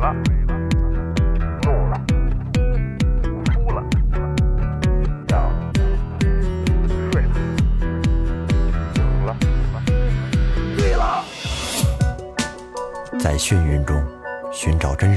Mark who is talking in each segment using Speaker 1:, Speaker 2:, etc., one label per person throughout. Speaker 1: 了，怒了，哭了，笑了，睡了，醒了，醉了。
Speaker 2: 在眩晕中寻找真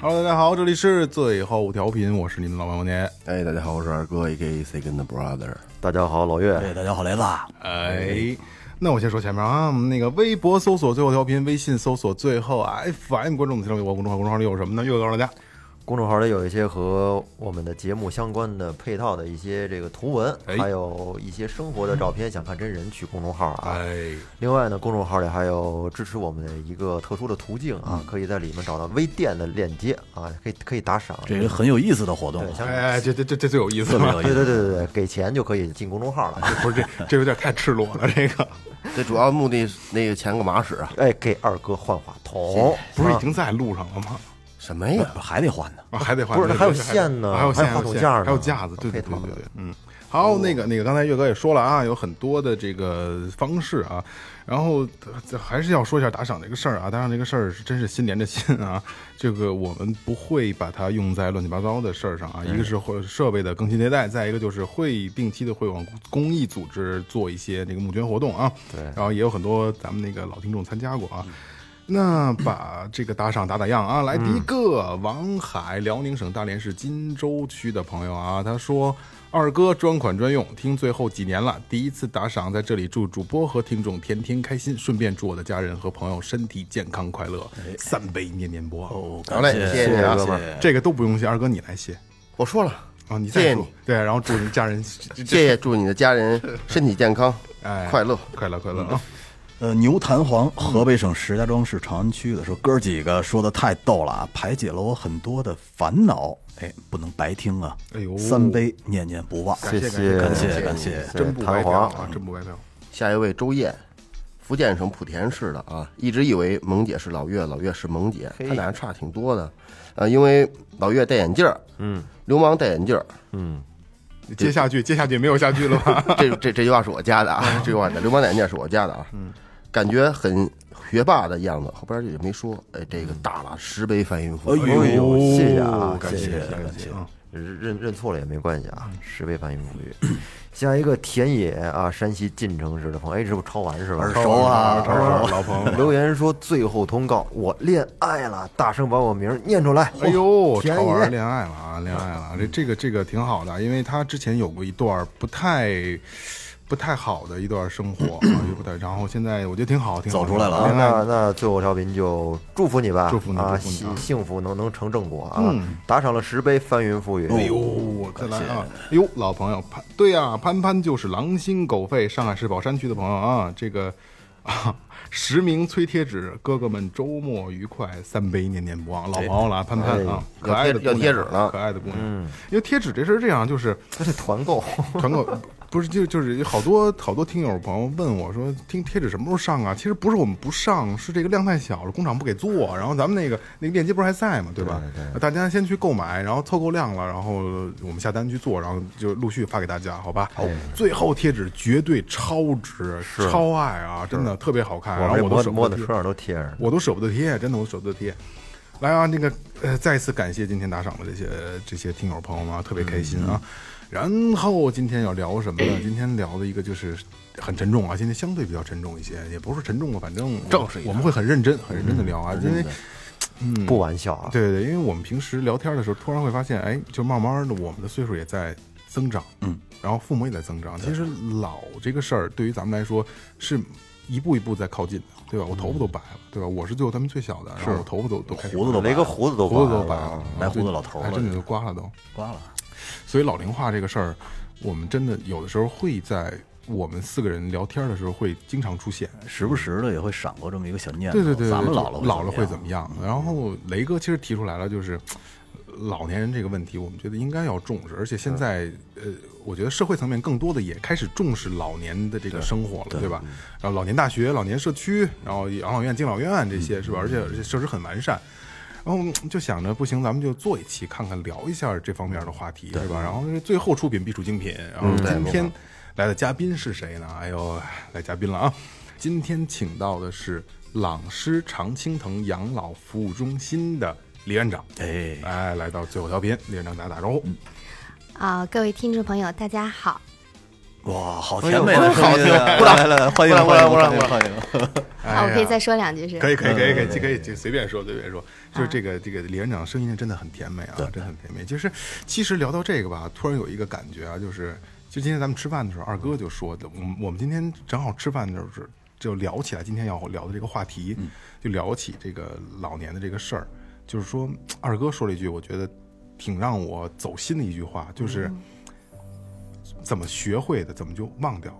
Speaker 3: Hello，大家好，这里是最后调频，我是你们老朋友年。
Speaker 4: 哎，大家好，我是二哥，A.K.A. Second Brother。
Speaker 5: 大家好，老岳。
Speaker 2: 大家好，雷子。
Speaker 3: 哎，那我先说前面啊，那个微博搜索最后调频，微信搜索最后啊 FM，关注我们新浪微博公众号，公众号里有什么呢？又告诉大家，
Speaker 5: 公众号里有一些和我们的节目相关的配套的一些这个图文，
Speaker 3: 哎
Speaker 5: 还有一些生活的照片，想看真人去公众号啊。
Speaker 3: 哎，
Speaker 5: 另外呢，公众号里还有支持我们的一个特殊的途径啊，可以在里面找到微店的链接啊，可以可以打赏。
Speaker 2: 这个很有意思的活动啊
Speaker 5: 对，，想
Speaker 3: 哎，这这这这最有意思
Speaker 2: 特别
Speaker 3: 了
Speaker 2: 有，意
Speaker 5: 对
Speaker 2: 思。
Speaker 5: 对对对对，给钱就可以进公众号了。
Speaker 3: 不是这这有点太赤裸了，这个
Speaker 4: 这主要目的是那个钱干嘛使啊？
Speaker 5: 哎，给二哥换话筒，
Speaker 3: 不是已经在路上了吗？
Speaker 4: 什么呀？
Speaker 2: 还得换呢，
Speaker 3: 啊，还得换，
Speaker 5: 不是
Speaker 3: 对
Speaker 5: 还有
Speaker 3: 对对
Speaker 5: 线呢
Speaker 3: 还有线，
Speaker 5: 还有话筒
Speaker 3: 线
Speaker 5: 架呢
Speaker 3: 还有架子，对
Speaker 5: 配
Speaker 3: 对
Speaker 5: 套
Speaker 3: 对
Speaker 5: 的
Speaker 3: 对对，嗯。好，那个那个，刚才岳哥也说了啊，有很多的这个方式啊，然后呃还是要说一下打赏这个事儿啊，打赏这个事儿是真是心连着心啊，这个我们不会把它用在乱七八糟的事儿上啊，一
Speaker 5: 哎
Speaker 3: 个是会设备的更新迭代，再一个就是会定期的会往公益组织做一些这个募捐活动啊，对，然后也有很多咱们那个老听众参加过啊。
Speaker 5: 嗯
Speaker 3: 那把这个打赏打打样啊，来第一个，王海，辽宁省大连市金州区的朋友啊，他说：“二哥专款专用，听最后几年了，第一次打赏，在这里祝主播和听众天天开心，顺便祝我的家人和朋友身体健康快乐，三杯念念不忘。”哦，
Speaker 4: 好嘞，谢谢你啊
Speaker 5: 谢谢哥们！
Speaker 3: 这个都不用谢，二哥你来谢
Speaker 4: 我说了，
Speaker 3: 啊，你再
Speaker 4: 谢谢
Speaker 3: 说
Speaker 4: 你，嗯
Speaker 3: 对，然后祝你家人
Speaker 4: 谢谢，祝你的家人身体健康，
Speaker 3: 哎
Speaker 4: 快乐。
Speaker 3: 快乐快乐啊！
Speaker 6: 呃，牛弹簧，河北省石家庄市长安区的，说哥儿几个说的太逗了啊，排解了我很多的烦恼，哎，不能白听啊！
Speaker 3: 哎呦
Speaker 6: 三杯念念不忘，
Speaker 5: 谢
Speaker 3: 谢
Speaker 6: 感
Speaker 5: 谢
Speaker 6: 谢感谢，
Speaker 3: 真不白
Speaker 5: 弹
Speaker 3: 嫖
Speaker 5: 簧
Speaker 3: 啊，真不白嫖。
Speaker 4: 下一位周燕，福建省莆田市的啊，一直以为萌姐是老岳，老岳是萌姐，他俩差挺多的。呃，因为老岳戴眼镜儿，嗯，流氓戴眼镜儿，
Speaker 3: 接下去，接下去没有下句了吧？
Speaker 4: 这这这句话是我加的啊，这句话的流氓奶奶是我加的啊，感觉很学霸的样子，后边就也没说，哎，这个大了十杯翻云覆
Speaker 6: 哎
Speaker 4: 雨，
Speaker 5: 哎呦，谢谢啊，
Speaker 3: 哦感
Speaker 5: 谢
Speaker 3: 谢
Speaker 5: 谢
Speaker 3: 感谢啊！
Speaker 5: 认认认错了也没关系啊，十倍翻云覆 雨。下一个田野啊，山西晋城市的朋友，哎，这不超完是吧？
Speaker 6: 耳熟啊，
Speaker 3: 超
Speaker 6: 耳熟，
Speaker 3: 老朋友
Speaker 5: 留言说最后通告，我恋爱了，大声把我名儿念出来。哦
Speaker 3: 哎呦，
Speaker 5: 田
Speaker 3: 潮玩
Speaker 5: 野，
Speaker 3: 恋爱了啊，恋爱了，这这个这个挺好的，因为他之前有过一段不太不太好的一段生活，啊，又不太，然后现在我觉得挺好，挺好
Speaker 6: 走出来了
Speaker 5: 啊，
Speaker 3: 恋
Speaker 5: 那
Speaker 3: 爱
Speaker 5: 那最后调频就祝福你吧，
Speaker 3: 祝福你
Speaker 5: 啊，
Speaker 3: 祝福你
Speaker 5: 幸
Speaker 3: 啊嗯
Speaker 5: 幸福能能成正果啊！打赏了十杯翻云覆雨，
Speaker 3: 哎呦，我再来啊！哎呦，老朋友潘，对呀、潘潘就是狼心狗肺，上海市宝山区的朋友啊，这个啊，实名催贴纸，哥哥们周末愉快，三杯念念不忘，老朋友了啊，潘潘啊，可爱的
Speaker 4: 要贴
Speaker 3: 姑娘
Speaker 4: 要贴纸了
Speaker 3: 可爱的姑娘，因为贴纸这事儿这样，就是
Speaker 5: 这是团购，
Speaker 3: 团购不是就就是有好多好多听友朋友问我说，听贴纸什么时候上啊？其实不是我们不上，是这个量太小了，工厂不给做。然后咱们那个那个链接不是还在吗？对吧？大家先去购买，然后凑够量了，然后我们下单去做，然后就陆续发给大家，好吧？好，最后贴纸绝对超值，超爱啊，真的特别好看。然后
Speaker 5: 这
Speaker 3: 我都
Speaker 5: 摸
Speaker 3: 舍不
Speaker 5: 摸
Speaker 3: 得
Speaker 5: 在
Speaker 3: 贴
Speaker 5: 车上都贴着。
Speaker 3: 我都舍不得贴，真的我舍不得贴。来啊，那个呃，再次感谢今天打赏的这些这些听友朋友们啊，特别开心啊。然后今天要聊什么呢？今天聊的一个就是很沉重啊，今天相对比较沉重一些，也不是沉重吧，反正正式我们会很认真、很认真的聊啊，因为
Speaker 5: 不玩笑啊，
Speaker 3: 嗯对对对，因为我们平时聊天的时候，突然会发现，哎，就慢慢的我们的岁数也在增长，嗯，然后父母也在增长。其实老这个事儿对于咱们来说是一步一步在靠近的，对吧？我头发都白了，对吧？我是最后他们最小的，然后我头发都都开始
Speaker 6: 胡子都
Speaker 5: 雷
Speaker 6: 白
Speaker 5: 哥
Speaker 6: 了，
Speaker 5: 胡子都
Speaker 3: 胡子
Speaker 5: 刮
Speaker 3: 都
Speaker 5: 了
Speaker 3: 白了，啊
Speaker 6: 白胡子老头
Speaker 3: 还
Speaker 6: 了
Speaker 3: 真的就刮了都。
Speaker 6: 刮了，
Speaker 3: 所以老龄化这个事儿，我们真的有的时候会在我们四个人聊天的时候会经常出现，
Speaker 6: 时不时的也会闪过这么一个小念头，啊
Speaker 3: 对对对，
Speaker 6: 咱们
Speaker 3: 对
Speaker 6: 老了
Speaker 3: 老了会怎
Speaker 6: 么
Speaker 3: 么样？然后雷哥其实提出来了，就是老年人这个问题，我们觉得应该要重视，而且现在呃，我觉得社会层面更多的也开始重视老年的这个生活了，对
Speaker 6: 嗯
Speaker 3: 吧？然后老年大学、老年社区，然后养老院、敬老院这
Speaker 6: 嗯
Speaker 3: 些是吧？而且而且设施很完善。然后嗯就想着不行，咱们就做一期看看，聊一下这方面的话题，是吧？然后是最后出品必属精品。然后今天来的嘉宾是谁呢？哎呦，来嘉宾了啊！今天请到的是朗诗常青藤养老服务中心的李院长，哎哎，来到最后调频，李院长打打招呼。
Speaker 7: 啊、各位听众朋友，大家好。
Speaker 6: 哇，好
Speaker 3: 哎
Speaker 6: 甜美的声音啊！
Speaker 4: 哎呦
Speaker 6: 来来来来，欢迎
Speaker 4: 过
Speaker 6: 欢
Speaker 4: 来
Speaker 6: 迎
Speaker 4: 过来
Speaker 6: 欢迎
Speaker 4: 过来
Speaker 6: 欢迎！
Speaker 3: 哎呀
Speaker 7: 啊，我可以再说两句是吧？
Speaker 3: 可以可以可以可以可以就随便说随便说，就是这个这个李院长声音真的很甜美啊，真的很甜美。就是其实聊到这个吧，突然有一个感觉啊，就是就今天咱们吃饭的时候，二哥就说的，我们我们今天正好吃饭的时候是就聊起来今天要聊的这个话题，就聊起这个老年的这个事儿，就是说二哥说了一句，我觉得挺让我走心的一句话，就是怎么学会的，怎么就忘掉了，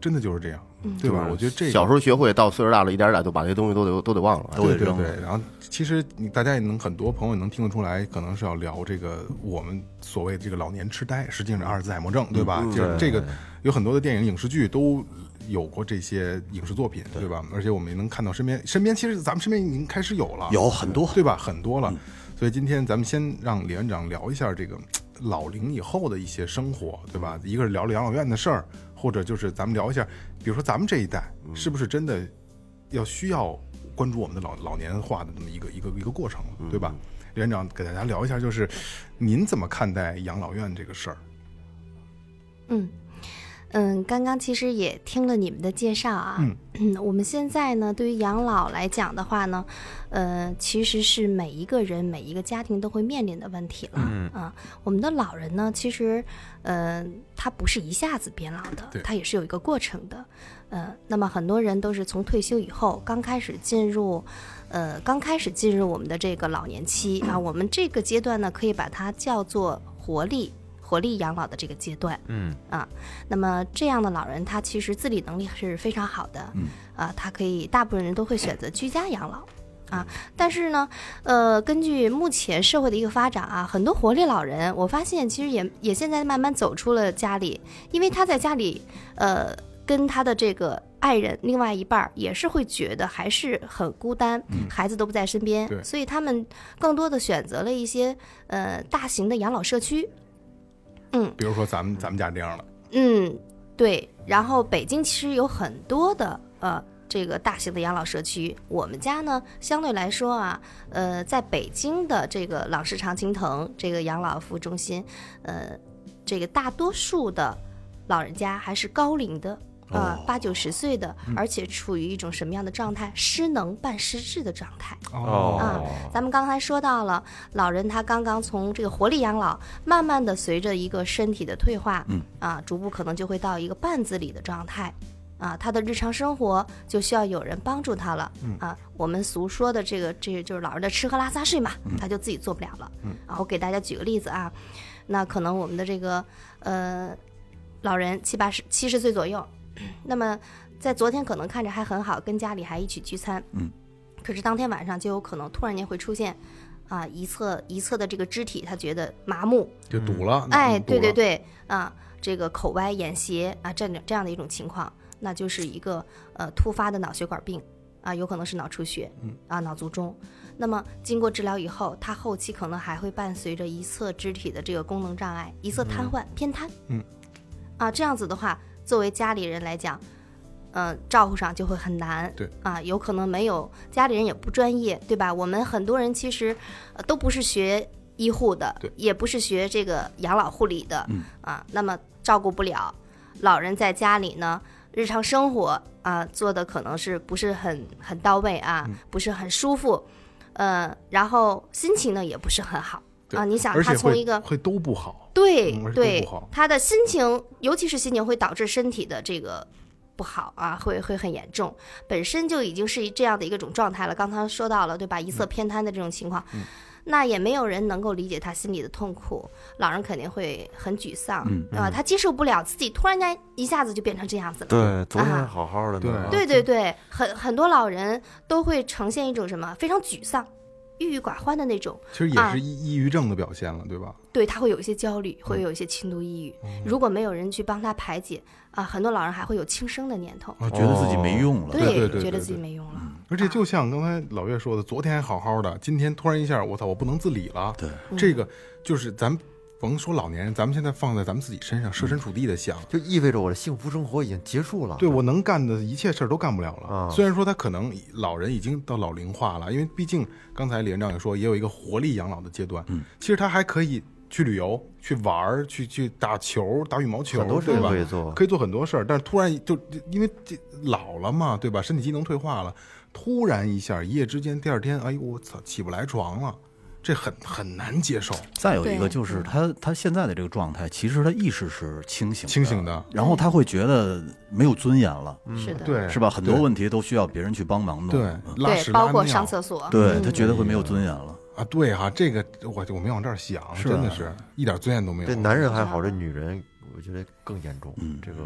Speaker 3: 真的就是这样，对吧？我觉得这个
Speaker 4: 小时候学会，到岁数大了，一点儿点儿就把这些东西都得都得忘了。
Speaker 6: 都得
Speaker 3: 对
Speaker 6: 扔
Speaker 3: 对对，然后其实你大家也能很多朋友也能听得出来，可能是要聊这个我们所谓这个老年痴呆，实际上是阿尔兹海默症，嗯对吧？就是这个有很多的电影影视剧都有过这些影视作品，对吧？而且我们也能看到身边身边其实咱们身边已经开始有了，
Speaker 6: 有很多
Speaker 3: 对吧？很多了。
Speaker 6: 嗯
Speaker 3: 所以今天咱们先让李院长聊一下这个老龄以后的一些生活，对吧？一个是聊聊养老院的事儿，或者就是咱们聊一下，比如说咱们这一代
Speaker 6: 嗯
Speaker 3: 是不是真的要需要关注我们的老老年化的这么一个一个一个过程，对吧？
Speaker 6: 嗯
Speaker 3: 李院长给大家聊一下，就是您怎么看待养老院这个事儿？
Speaker 7: 嗯嗯，刚刚其实也听了你们的介绍啊。嗯，我们现在呢，对于养老来讲的话呢，呃，其实是每一个人、每一个家庭都会面临的问题了。嗯啊，我们的老人呢，其实呃，他不是一下子变老
Speaker 3: 对
Speaker 7: 的，他也是有一个过程的。呃，那么很多人都是从退休以后刚开始进入。呃，刚开始进入我们的这个老年期啊，我们这个阶段呢，可以把它叫做活力、活力养老的这个阶段。啊，那么这样的老人，他其实自理能力是非常好的，嗯，啊，他可以，大部分人都会选择居家养老，啊，但是呢，呃，根据目前社会的一个发展啊，很多活力老人，我发现其实也也现在慢慢走出了家里，因为他在家里，呃，跟他的这个。爱人另外一半儿也是会觉得还是很孤单，孩子都不在身边
Speaker 3: 对，
Speaker 7: 所以他们更多的选择了一些呃大型的养老社区，嗯，
Speaker 3: 比如说咱们咱们家这样的，
Speaker 7: 嗯，对。然后北京其实有很多的呃这个大型的养老社区，我们家呢相对来说啊，呃，在北京的这个朗诗常青藤这个养老服务中心，呃，这个大多数的老人家还是高龄的。呃，八九十岁的，而且处于一种什么样的状态？失能半失智的状态。
Speaker 6: 哦
Speaker 7: 啊，咱们刚才说到了，老人他刚刚从这个活力养老，慢慢的随着一个身体的退化，嗯啊，逐步可能就会到一个半自理的状态。啊，他的日常生活就需要有人帮助他了。啊，我们俗说的这个，这就是老人的吃喝拉撒睡嘛，他就自己做不了了。啊，我给大家举个例子啊，那可能我们的这个呃老人七八十七十岁左右， 那么在昨天可能看着还很好，跟家里还一起聚餐，可是当天晚上就有可能突然间会出现，啊、一侧一侧的这个肢体他觉得麻木，
Speaker 3: 就堵了，
Speaker 7: 哎，
Speaker 3: 堵
Speaker 7: 对
Speaker 3: 了
Speaker 7: 对，对，啊、这个口歪眼斜啊，这样这样的一种情况，那就是一个呃突发的脑血管病啊、有可能是脑出血，
Speaker 3: 嗯
Speaker 7: 啊，脑卒中。那么经过治疗以后，他后期可能还会伴随着一侧肢体的这个功能障碍，一侧瘫痪、偏瘫，
Speaker 3: 嗯，
Speaker 7: 啊，这样子的话，作为家里人来讲。嗯、照顾上就会很难，
Speaker 3: 对
Speaker 7: 啊，有可能没有家里人也不专业，对吧？我们很多人其实、呃都不是学医护的，
Speaker 3: 对嗯
Speaker 7: 也不是学这个养老护理的，啊，那么照顾不了老人在家里呢，日常生活啊做的可能是不是很很到位啊，
Speaker 3: 嗯
Speaker 7: 不是很舒服，呃，然后心情呢也不是很好
Speaker 3: 对
Speaker 7: 啊。你想
Speaker 3: 而且
Speaker 7: 他从
Speaker 3: 会
Speaker 7: 一个
Speaker 3: 会都不好，
Speaker 7: 对
Speaker 3: 嗯而且都
Speaker 7: 对
Speaker 3: 不好，
Speaker 7: 他的心情，尤其是心情会导致身体的这个不好啊，会会很严重。本身就已经是这样的一个种状态了，刚才说到了对吧？一侧偏瘫的这种情况，
Speaker 3: 嗯
Speaker 7: 那也没有人能够理解他心里的痛苦，老人肯定会很沮丧，
Speaker 3: 嗯
Speaker 7: 啊，他接受不了自己突然间一下子就变成这样子了。
Speaker 5: 对，昨天
Speaker 7: 啊
Speaker 5: 还好好的呢，
Speaker 3: 对
Speaker 7: 对对对，很很多老人都会呈现一种什么非常沮丧，郁郁寡欢的那种，
Speaker 3: 其实也
Speaker 7: 啊
Speaker 3: 是抑抑郁症的表现了，对吧？
Speaker 7: 对他会有一些焦虑，
Speaker 3: 嗯
Speaker 7: 会有一些轻度抑郁。
Speaker 3: 哦
Speaker 7: 如果没有人去帮他排解啊，很多老人还会有轻生的念头，
Speaker 3: 啊，
Speaker 6: 哦觉得自己没用了，
Speaker 3: 对对对
Speaker 7: 觉得
Speaker 3: 对
Speaker 7: 自己
Speaker 3: 对
Speaker 7: 没用了。
Speaker 3: 而且就像刚才老岳说的，昨天还好好的，今天突然一下，我操，我不能自理了。
Speaker 6: 对，
Speaker 3: 这个就是咱甭说老年人，咱们现在放在咱们自己身上，设身处地的想，
Speaker 5: 就意味着我的幸福生活已经结束了。
Speaker 3: 对我能干的一切事儿都干不了了。
Speaker 5: 啊
Speaker 3: 虽然说他可能老人已经到老龄化了，因为毕竟刚才李院长也说，也有一个活力养老的阶段。嗯，其实他还可以去旅游、去玩儿、去去打球、打羽毛球，
Speaker 5: 很多事
Speaker 3: 对
Speaker 5: 情
Speaker 3: 吧？
Speaker 5: 可以做
Speaker 3: 可以做很多事儿，但是突然就因为这老了嘛，对吧？身体机能退化了，突然一下一夜之间，第二天，哎呦我操，起不来床了，这很很难接受。
Speaker 6: 再有一个
Speaker 7: 对
Speaker 6: 就是他他现在的这个状态，其实他意识是清醒
Speaker 3: 清醒的，
Speaker 6: 然后他会觉得没有尊严了，
Speaker 7: 是的，
Speaker 3: 嗯对，
Speaker 6: 是吧？很多
Speaker 3: 对
Speaker 6: 问题都需要别人去帮忙弄。
Speaker 3: 对
Speaker 6: 嗯
Speaker 3: 拉屎
Speaker 7: 对，包
Speaker 3: 拉
Speaker 7: 括
Speaker 3: 尿
Speaker 7: 上厕所，嗯
Speaker 6: 对他觉得会没有尊严了。
Speaker 3: 啊，对哈、这个我我没往这儿想，
Speaker 6: 是啊
Speaker 3: 真的是一点尊严都没有。
Speaker 5: 对男人还好，这女人我觉得更严重。这个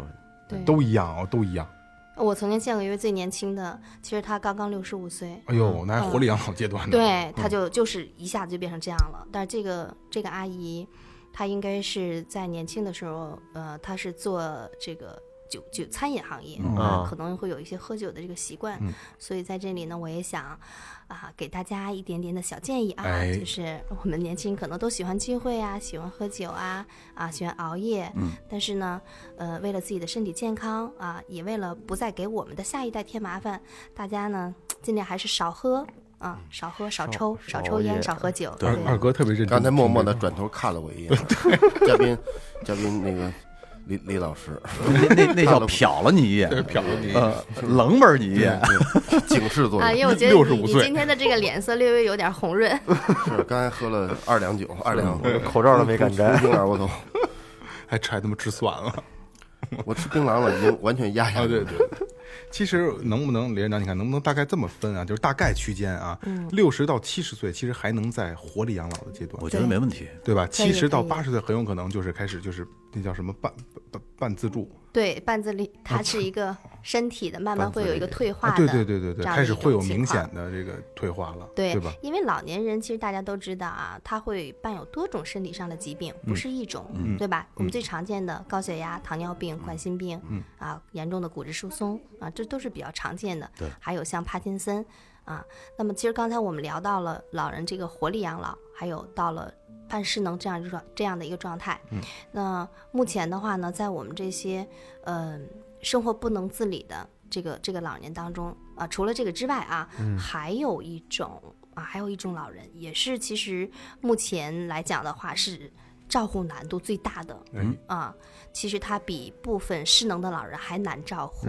Speaker 7: 对。
Speaker 3: 都一样哦，都一样。
Speaker 7: 我曾经见过一位最年轻的，其实他刚刚六十五岁，
Speaker 3: 哎呦，那还活力养老阶段呢。
Speaker 7: 对，他就就是一下子就变成这样了。但是这个这个阿姨，她应该是在年轻的时候，呃，她是做这个酒酒餐饮行业，啊
Speaker 5: 啊
Speaker 7: 可能会有一些喝酒的这个习惯，所以在这里呢，我也想啊，给大家一点点的小建议啊，
Speaker 3: 哎
Speaker 7: 就是我们年轻人可能都喜欢聚会啊，喜欢喝酒啊，啊，喜欢熬夜，嗯，但是呢，呃，为了自己的身体健康啊，也为了不再给我们的下一代添麻烦，大家呢尽量还是少喝啊，少喝、少抽、少
Speaker 5: 少
Speaker 7: 抽
Speaker 5: 熬夜
Speaker 7: 烟、少喝酒。
Speaker 3: 二二哥特别认真，
Speaker 4: 刚才默默的转头看了我一眼，啊嘉宾，嘉宾那个李李老师，
Speaker 6: 那那 那叫瞟了你一眼，
Speaker 3: 瞟了你。
Speaker 6: 呃，冷门你一眼。
Speaker 4: 对警示作
Speaker 7: 啊，因
Speaker 4: 用。
Speaker 7: 为我觉得你
Speaker 3: 65
Speaker 7: 你
Speaker 3: 岁
Speaker 7: 今天的这个脸色略微有点红润，
Speaker 4: 是刚才喝了二两酒，二两，
Speaker 5: 口嗯罩都没敢摘
Speaker 4: 吃冰榔我都，
Speaker 3: 还吃还他妈吃蒜了。
Speaker 4: 我吃冰榔了，已经完全压下
Speaker 3: 啊，
Speaker 4: 去
Speaker 3: 对
Speaker 4: 了。
Speaker 3: 对。 其实能不能，李院长，你看能不能大概这么分啊？就是大概区间啊，
Speaker 7: 嗯
Speaker 3: 六十到七十岁其实还能在活力养老的阶段
Speaker 6: 我，觉得没问题。
Speaker 3: 对吧？
Speaker 7: 可以
Speaker 3: 七十到
Speaker 7: 可以
Speaker 3: 八十岁很有可能就是开始就是那叫什么半半半自助，
Speaker 7: 对，半自立，它是一个身体的，慢慢会有一个退化
Speaker 3: 啊，
Speaker 7: 的，
Speaker 3: 对对对对对，
Speaker 7: 这样
Speaker 3: 开
Speaker 7: 的
Speaker 3: 始
Speaker 7: 一种
Speaker 3: 会有
Speaker 7: 情
Speaker 3: 明
Speaker 7: 况
Speaker 3: 显的这个退化了，
Speaker 7: 对，
Speaker 3: 吧？
Speaker 7: 因为老年人其实大家都知道啊，他会伴有多种身体上的疾病，不是一种，对吧？我们最常见的高血压、糖尿病、冠心病，啊，严重的骨质疏松啊，这都是比较常见的。对，还有像帕金森啊，那么其实刚才我们聊到了老人这个活力养老，还有到了。半失能这样一种这样的一个状态，嗯，那目前的话呢，在我们这些呃生活不能自理的这个这个老年当中啊、除了这个之外啊，还有一种啊，还有一种老人，也是其实目前来讲的话是照顾难度最大的，
Speaker 3: 嗯
Speaker 7: 啊，其实他比部分失能的老人还难照顾、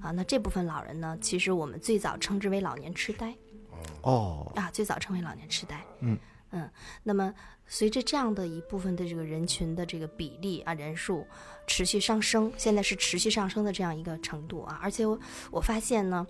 Speaker 7: 啊。那这部分老人呢，其实我们最早称之为老年痴呆
Speaker 5: 哦，
Speaker 7: 啊，最早称为老年痴呆，
Speaker 3: 嗯。
Speaker 7: 嗯，那么随着这样的一部分的这个人群的这个比例啊人数持续上升，现在是持续上升的这样一个程度啊，而且我我发现呢，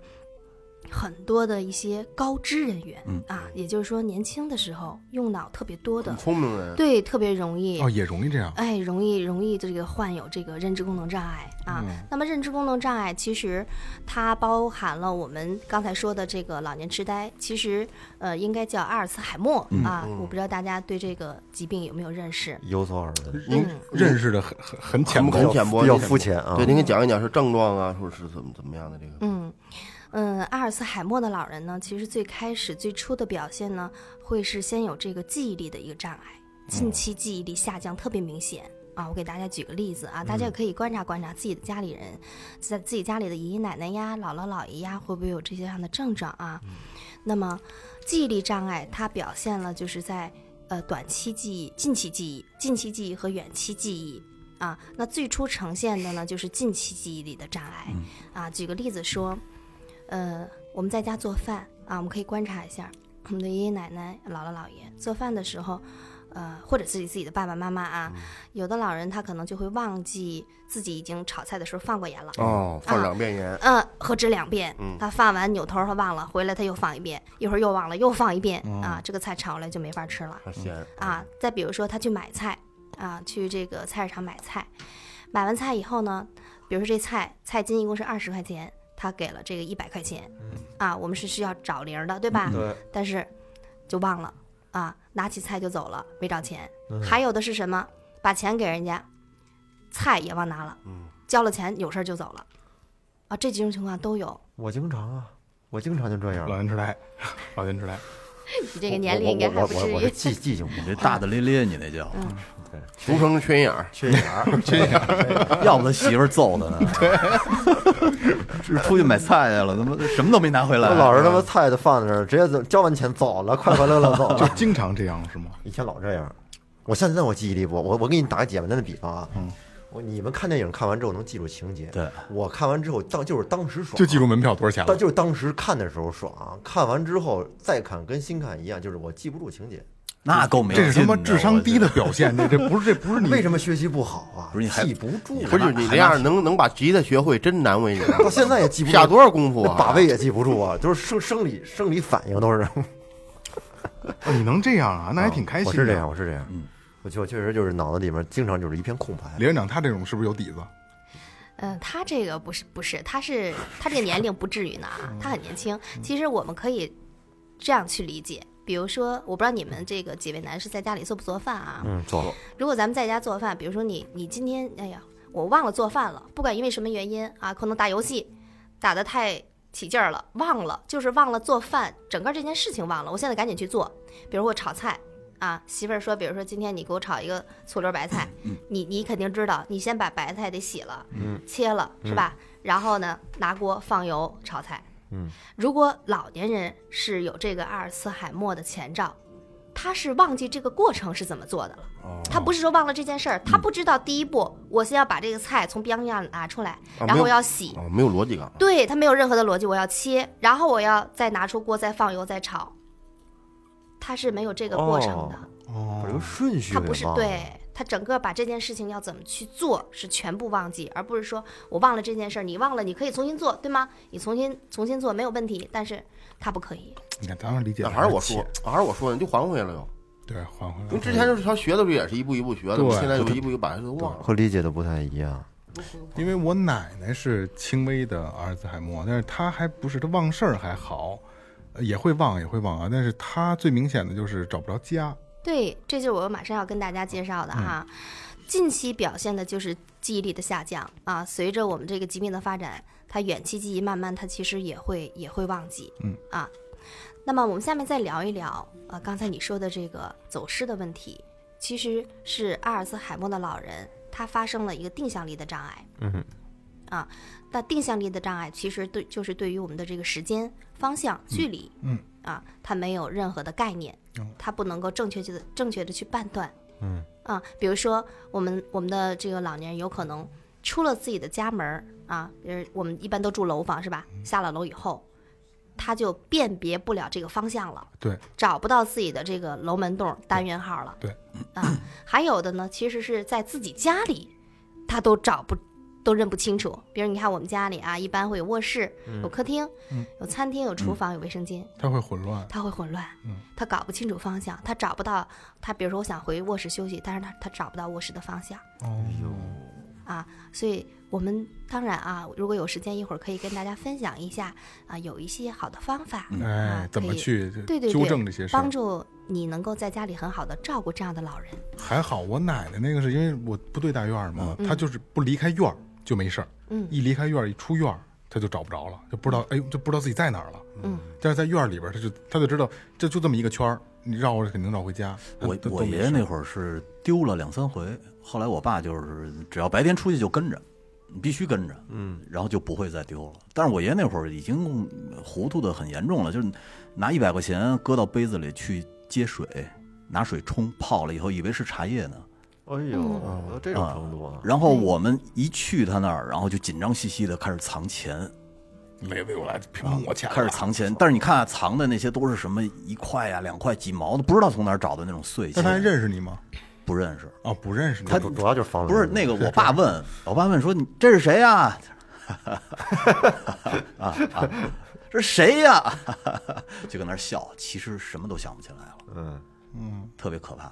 Speaker 7: 很多的一些高知人员、
Speaker 3: 嗯
Speaker 7: 啊，也就是说年轻的时候用脑特别多的，
Speaker 4: 聪明人，
Speaker 7: 对，特别容易
Speaker 3: 哦，也容易这样，
Speaker 7: 哎，容易容易这个患有这个认知功能障碍啊。那么认知功能障碍其实它包含了我们刚才说的这个老年痴呆，其实呃应该叫阿尔茨海默、啊。我不知道大家对这个疾病有没有认识？
Speaker 5: 有所耳 闻。
Speaker 7: 嗯
Speaker 4: 您
Speaker 3: 嗯认识的很很很浅
Speaker 4: 很
Speaker 3: 薄
Speaker 4: 很浅薄，
Speaker 5: 比较
Speaker 4: 您
Speaker 5: 肤浅啊
Speaker 4: 对，您给讲一讲是症状啊，说是怎么怎么样的这个，
Speaker 7: 嗯嗯，阿尔茨海默的老人呢，其实最开始最初的表现呢，会是先有这个记忆力的一个障碍，近期记忆力下降特别明显。啊，我给大家举个例子啊，大家可以观察观察自己的家里人，在自己家里的爷爷奶奶呀、姥姥姥爷呀，会不会有这些样的症状啊？那么，记忆力障碍它表现了就是在呃短期记忆、近期记忆、近期记忆和远期记忆啊。那最初呈现的呢，就是近期记忆力的障碍、啊。举个例子说，呃，我们在家做饭啊，我们可以观察一下我们的爷爷奶奶、姥姥姥爷做饭的时候，呃，或者自己自己的爸爸妈妈啊，有的老人他可能就会忘记自己已经炒菜的时候放过盐了。
Speaker 5: 嗯
Speaker 4: 哦，放两遍盐，
Speaker 7: 嗯，何止两遍，他放完扭头儿他忘了，回来他又放一遍，一会儿又忘了又放一遍、啊，这个菜炒来就没法吃了
Speaker 4: 还咸，
Speaker 7: 啊。再比如说他去买菜啊，去这个菜市场买菜，买完菜以后呢，比如说这菜菜斤一共是二十块钱，
Speaker 5: 嗯
Speaker 7: 他给了这个一百块钱，啊，我们是需要找零儿的，对吧？但是。就忘了啊，拿起菜就走了，没找钱。
Speaker 5: 嗯
Speaker 7: 还有的是什么？把钱给人家，菜也忘拿了，
Speaker 5: 嗯
Speaker 7: 交了钱有事儿就走了，啊，这几种情况都有。
Speaker 5: 我经常啊，我经常就这样。
Speaker 3: 老年痴呆， 老年痴呆，
Speaker 7: 你这个年龄应该还不至
Speaker 5: 我这
Speaker 7: 于。
Speaker 5: 记记性不
Speaker 6: 你这大大咧咧，你那叫，
Speaker 3: 嗯
Speaker 4: 俗称缺心眼儿，
Speaker 5: 缺眼儿，
Speaker 6: 要不他媳妇儿揍 他呢。是出去买菜去了，他妈什么都没拿回来。
Speaker 5: 老是他妈菜就放在那儿，直接走交完钱走了，快快乐乐走
Speaker 3: 就
Speaker 5: 了。
Speaker 3: 经常这样是吗？
Speaker 5: 以前老这样，我现在我记忆力不，我我给你打个简单的比方啊，我你们看电影看完之后能记住情节，
Speaker 6: 对
Speaker 5: 我看完之后当就是当时 爽，
Speaker 3: 就记住门票多少钱
Speaker 5: 但
Speaker 3: 了？
Speaker 5: 就是当时看的时候爽，啊看完之后再看跟新看一样，就是我记不住情节。
Speaker 6: 那够没
Speaker 3: 这是他妈
Speaker 6: 劲啊
Speaker 3: 智商低的
Speaker 6: 我觉得
Speaker 3: 表现，这这不是这不是你
Speaker 5: 为什么学习不好啊？
Speaker 6: 不是你还
Speaker 5: 记不住，
Speaker 4: 不是你这样能能把吉他学会，真难为你了。
Speaker 5: 到现在也记不住，
Speaker 4: 下多少功夫
Speaker 5: 那
Speaker 4: 啊？
Speaker 5: 把位也记不住啊，就是生生理生理反应都是。
Speaker 3: 哦你能这样啊？那还挺开心
Speaker 5: 哦我
Speaker 3: 的。
Speaker 5: 是这样，我是这样，嗯，我就我确实就是脑子里面经常就是一片空白。
Speaker 3: 李院长他这种是不是有底子？
Speaker 7: 嗯，他这个不是不是，他是他这个年龄不至于呢啊，他很年轻。其实我们可以这样去理解，比如说，我不知道你们这个几位男士在家里做不做饭啊？
Speaker 5: 嗯，走了，
Speaker 7: 如果咱们在家做饭，比如说你你今天哎呀，我忘了做饭了，不管因为什么原因啊，可能打游戏打得太起劲儿了，忘了就是忘了做饭，整个这件事情忘了，我现在赶紧去做，比如我炒菜。啊，媳妇儿说，比如说今天你给我炒一个醋溜白菜，
Speaker 4: 嗯
Speaker 7: 你你肯定知道，你先把白菜得洗了，切了
Speaker 4: 嗯
Speaker 7: 是吧？然后呢，拿锅放油炒菜。
Speaker 5: 嗯，
Speaker 7: 如果老年人是有这个阿尔茨海默的前兆，他是忘记这个过程是怎么做的了。
Speaker 4: 哦
Speaker 7: 他不是说忘了这件事儿，
Speaker 4: 嗯
Speaker 7: 他不知道第一步，我先要把这个菜从冰箱里拿出来，
Speaker 4: 啊
Speaker 7: 然后
Speaker 4: 没有
Speaker 7: 我要洗。
Speaker 4: 哦，没有逻辑感。
Speaker 7: 对他没有任何的逻辑，我要切，然后我要再拿出锅，再放油，再炒。他是没有这个过程的，
Speaker 5: 嗯把这个顺序
Speaker 7: 他
Speaker 5: 给
Speaker 7: 不是
Speaker 5: 哦忘了
Speaker 7: 对他整个把这件事情要怎么去做是全部忘记，而不是说我忘了这件事儿，你忘了你可以重新做，对吗？你重新重新做没有问题，但是他不可以。
Speaker 3: 你看，咱们理解
Speaker 4: 那还是我
Speaker 3: 浅
Speaker 4: 说，还是我说的，你就还回来了又。
Speaker 5: 嗯
Speaker 3: 对，还回来
Speaker 4: 因为
Speaker 3: 了。
Speaker 4: 之前就是他学的时候也是一步一步学的，
Speaker 3: 对
Speaker 4: 现在就一步一步把它都忘了。
Speaker 5: 和理解的不太一样。
Speaker 3: 因为我奶奶是轻微的阿尔兹海默，但是她还不是她忘事儿还好，呃也会忘也会忘啊。但是她最明显的就是找不着家，
Speaker 7: 对，这就是我马上要跟大家介绍的
Speaker 3: 嗯
Speaker 7: 哈。近期表现的就是记忆力的下降啊，随着我们这个疾病的发展，它远期记忆慢慢它其实也会也会忘记，
Speaker 3: 嗯
Speaker 7: 啊。那么我们下面再聊一聊，呃，刚才你说的这个走失的问题，其实是阿尔茨海默的老人他发生了一个定向力的障碍，
Speaker 5: 嗯，
Speaker 7: 啊，那定向力的障碍其实对就是对于我们的这个时间、方向、距离，
Speaker 3: 嗯
Speaker 7: 啊，他没有任何的概念，他不能够正确的正确的去判断。
Speaker 5: 嗯
Speaker 7: 啊，比如说我们我们的这个老年人有可能出了自己的家门儿啊，就是我们一般都住楼房是吧？
Speaker 3: 嗯
Speaker 7: 下了楼以后，他就辨别不了这个方向了，
Speaker 3: 对，
Speaker 7: 找不到自己的这个楼门洞单元号了。
Speaker 3: 对
Speaker 7: 啊，还有的呢，其实是在自己家里，他都找不。都认不清楚，比如你看我们家里啊，一般会有卧室、
Speaker 3: 嗯
Speaker 7: 有客厅、有餐厅、有厨房、有卫生间，
Speaker 3: 她会混乱。
Speaker 7: 他会混乱，他搞不清楚方向，他找不到他，比如说我想回卧室休息，但是他他找不到卧室的方向
Speaker 3: 哦，
Speaker 7: 啊，所以我们当然啊，如果有时间一会儿可以跟大家分享一下啊，有一些好的方法，
Speaker 4: 嗯
Speaker 3: 哎
Speaker 7: 啊，
Speaker 3: 怎么
Speaker 7: 可以
Speaker 3: 去
Speaker 7: 对对对
Speaker 3: 纠正这些事儿
Speaker 7: 帮？助你能够在家里很好的照顾这样的老人，
Speaker 3: 还好我奶奶那个是因为我部队大院儿嘛，她就是不离开院儿就没事儿，
Speaker 7: 嗯
Speaker 3: 一离开院儿一出院儿她就找不着了，就不
Speaker 6: 嗯
Speaker 3: 知道哎呦就不知道自己在哪儿了。
Speaker 7: 嗯，
Speaker 3: 但是在院儿里边儿她就她就知道这就这么一个圈儿，你绕着肯定绕回家。
Speaker 6: 我
Speaker 3: 都
Speaker 6: 我
Speaker 3: 都没
Speaker 6: 爷爷
Speaker 3: 事
Speaker 6: 那会儿是丢了两三回，后来我爸就是只要白天出去就跟着，你必须跟着，嗯，然后就不会再丢了。但是我爷爷那会儿已经糊涂的很严重了，就是拿一百块钱搁到杯子里去接水，拿水冲泡了以后，以为是茶叶呢。
Speaker 5: 哎呦，
Speaker 7: 嗯
Speaker 5: 到这种程度啊！
Speaker 6: 然后我们一去他那儿，然后就紧张兮兮的开始藏钱，
Speaker 3: 没为我来屏幕我钱
Speaker 6: 开始藏钱。但是你看、啊、藏的那些都是什么一块呀、两块、几毛的，不知道从哪儿找的那种碎
Speaker 3: 那
Speaker 6: 钱，
Speaker 3: 他还认识你吗？
Speaker 6: 不认识。
Speaker 3: 哦，不认识你。
Speaker 6: 他
Speaker 5: 主主要就是防
Speaker 6: 不是那个，我爸问，我爸问说你这是谁呀、啊？啊啊，这是谁呀、 就跟那儿笑，其实什么都想不起来了，
Speaker 5: 嗯，
Speaker 6: 特别可怕。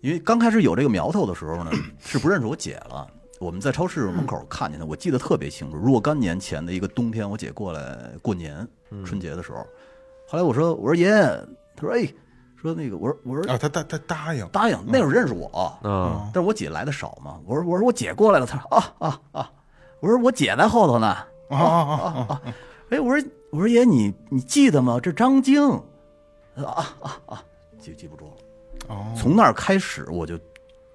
Speaker 6: 因为刚开始有这个苗头的时候呢，是不认识我姐了。我们在超市门口看见她，我记得特别清楚，若干年前的一个冬天，我姐过来过年春节的时候，后来我说我说爷爷，他说：“哎，说那个，我说我说
Speaker 3: 啊，他他他答应，
Speaker 6: 答应，那会儿认识我，
Speaker 5: 嗯，
Speaker 3: 啊
Speaker 6: 但是我姐来的少嘛。我说我说我姐过来了，她说啊啊啊，我说我姐在后头呢。
Speaker 3: 啊啊啊啊！
Speaker 6: 哎，我说我说爷你你记得吗？这张晶，她说啊啊啊，记记不住了。
Speaker 3: 哦，
Speaker 6: 从那儿开始我就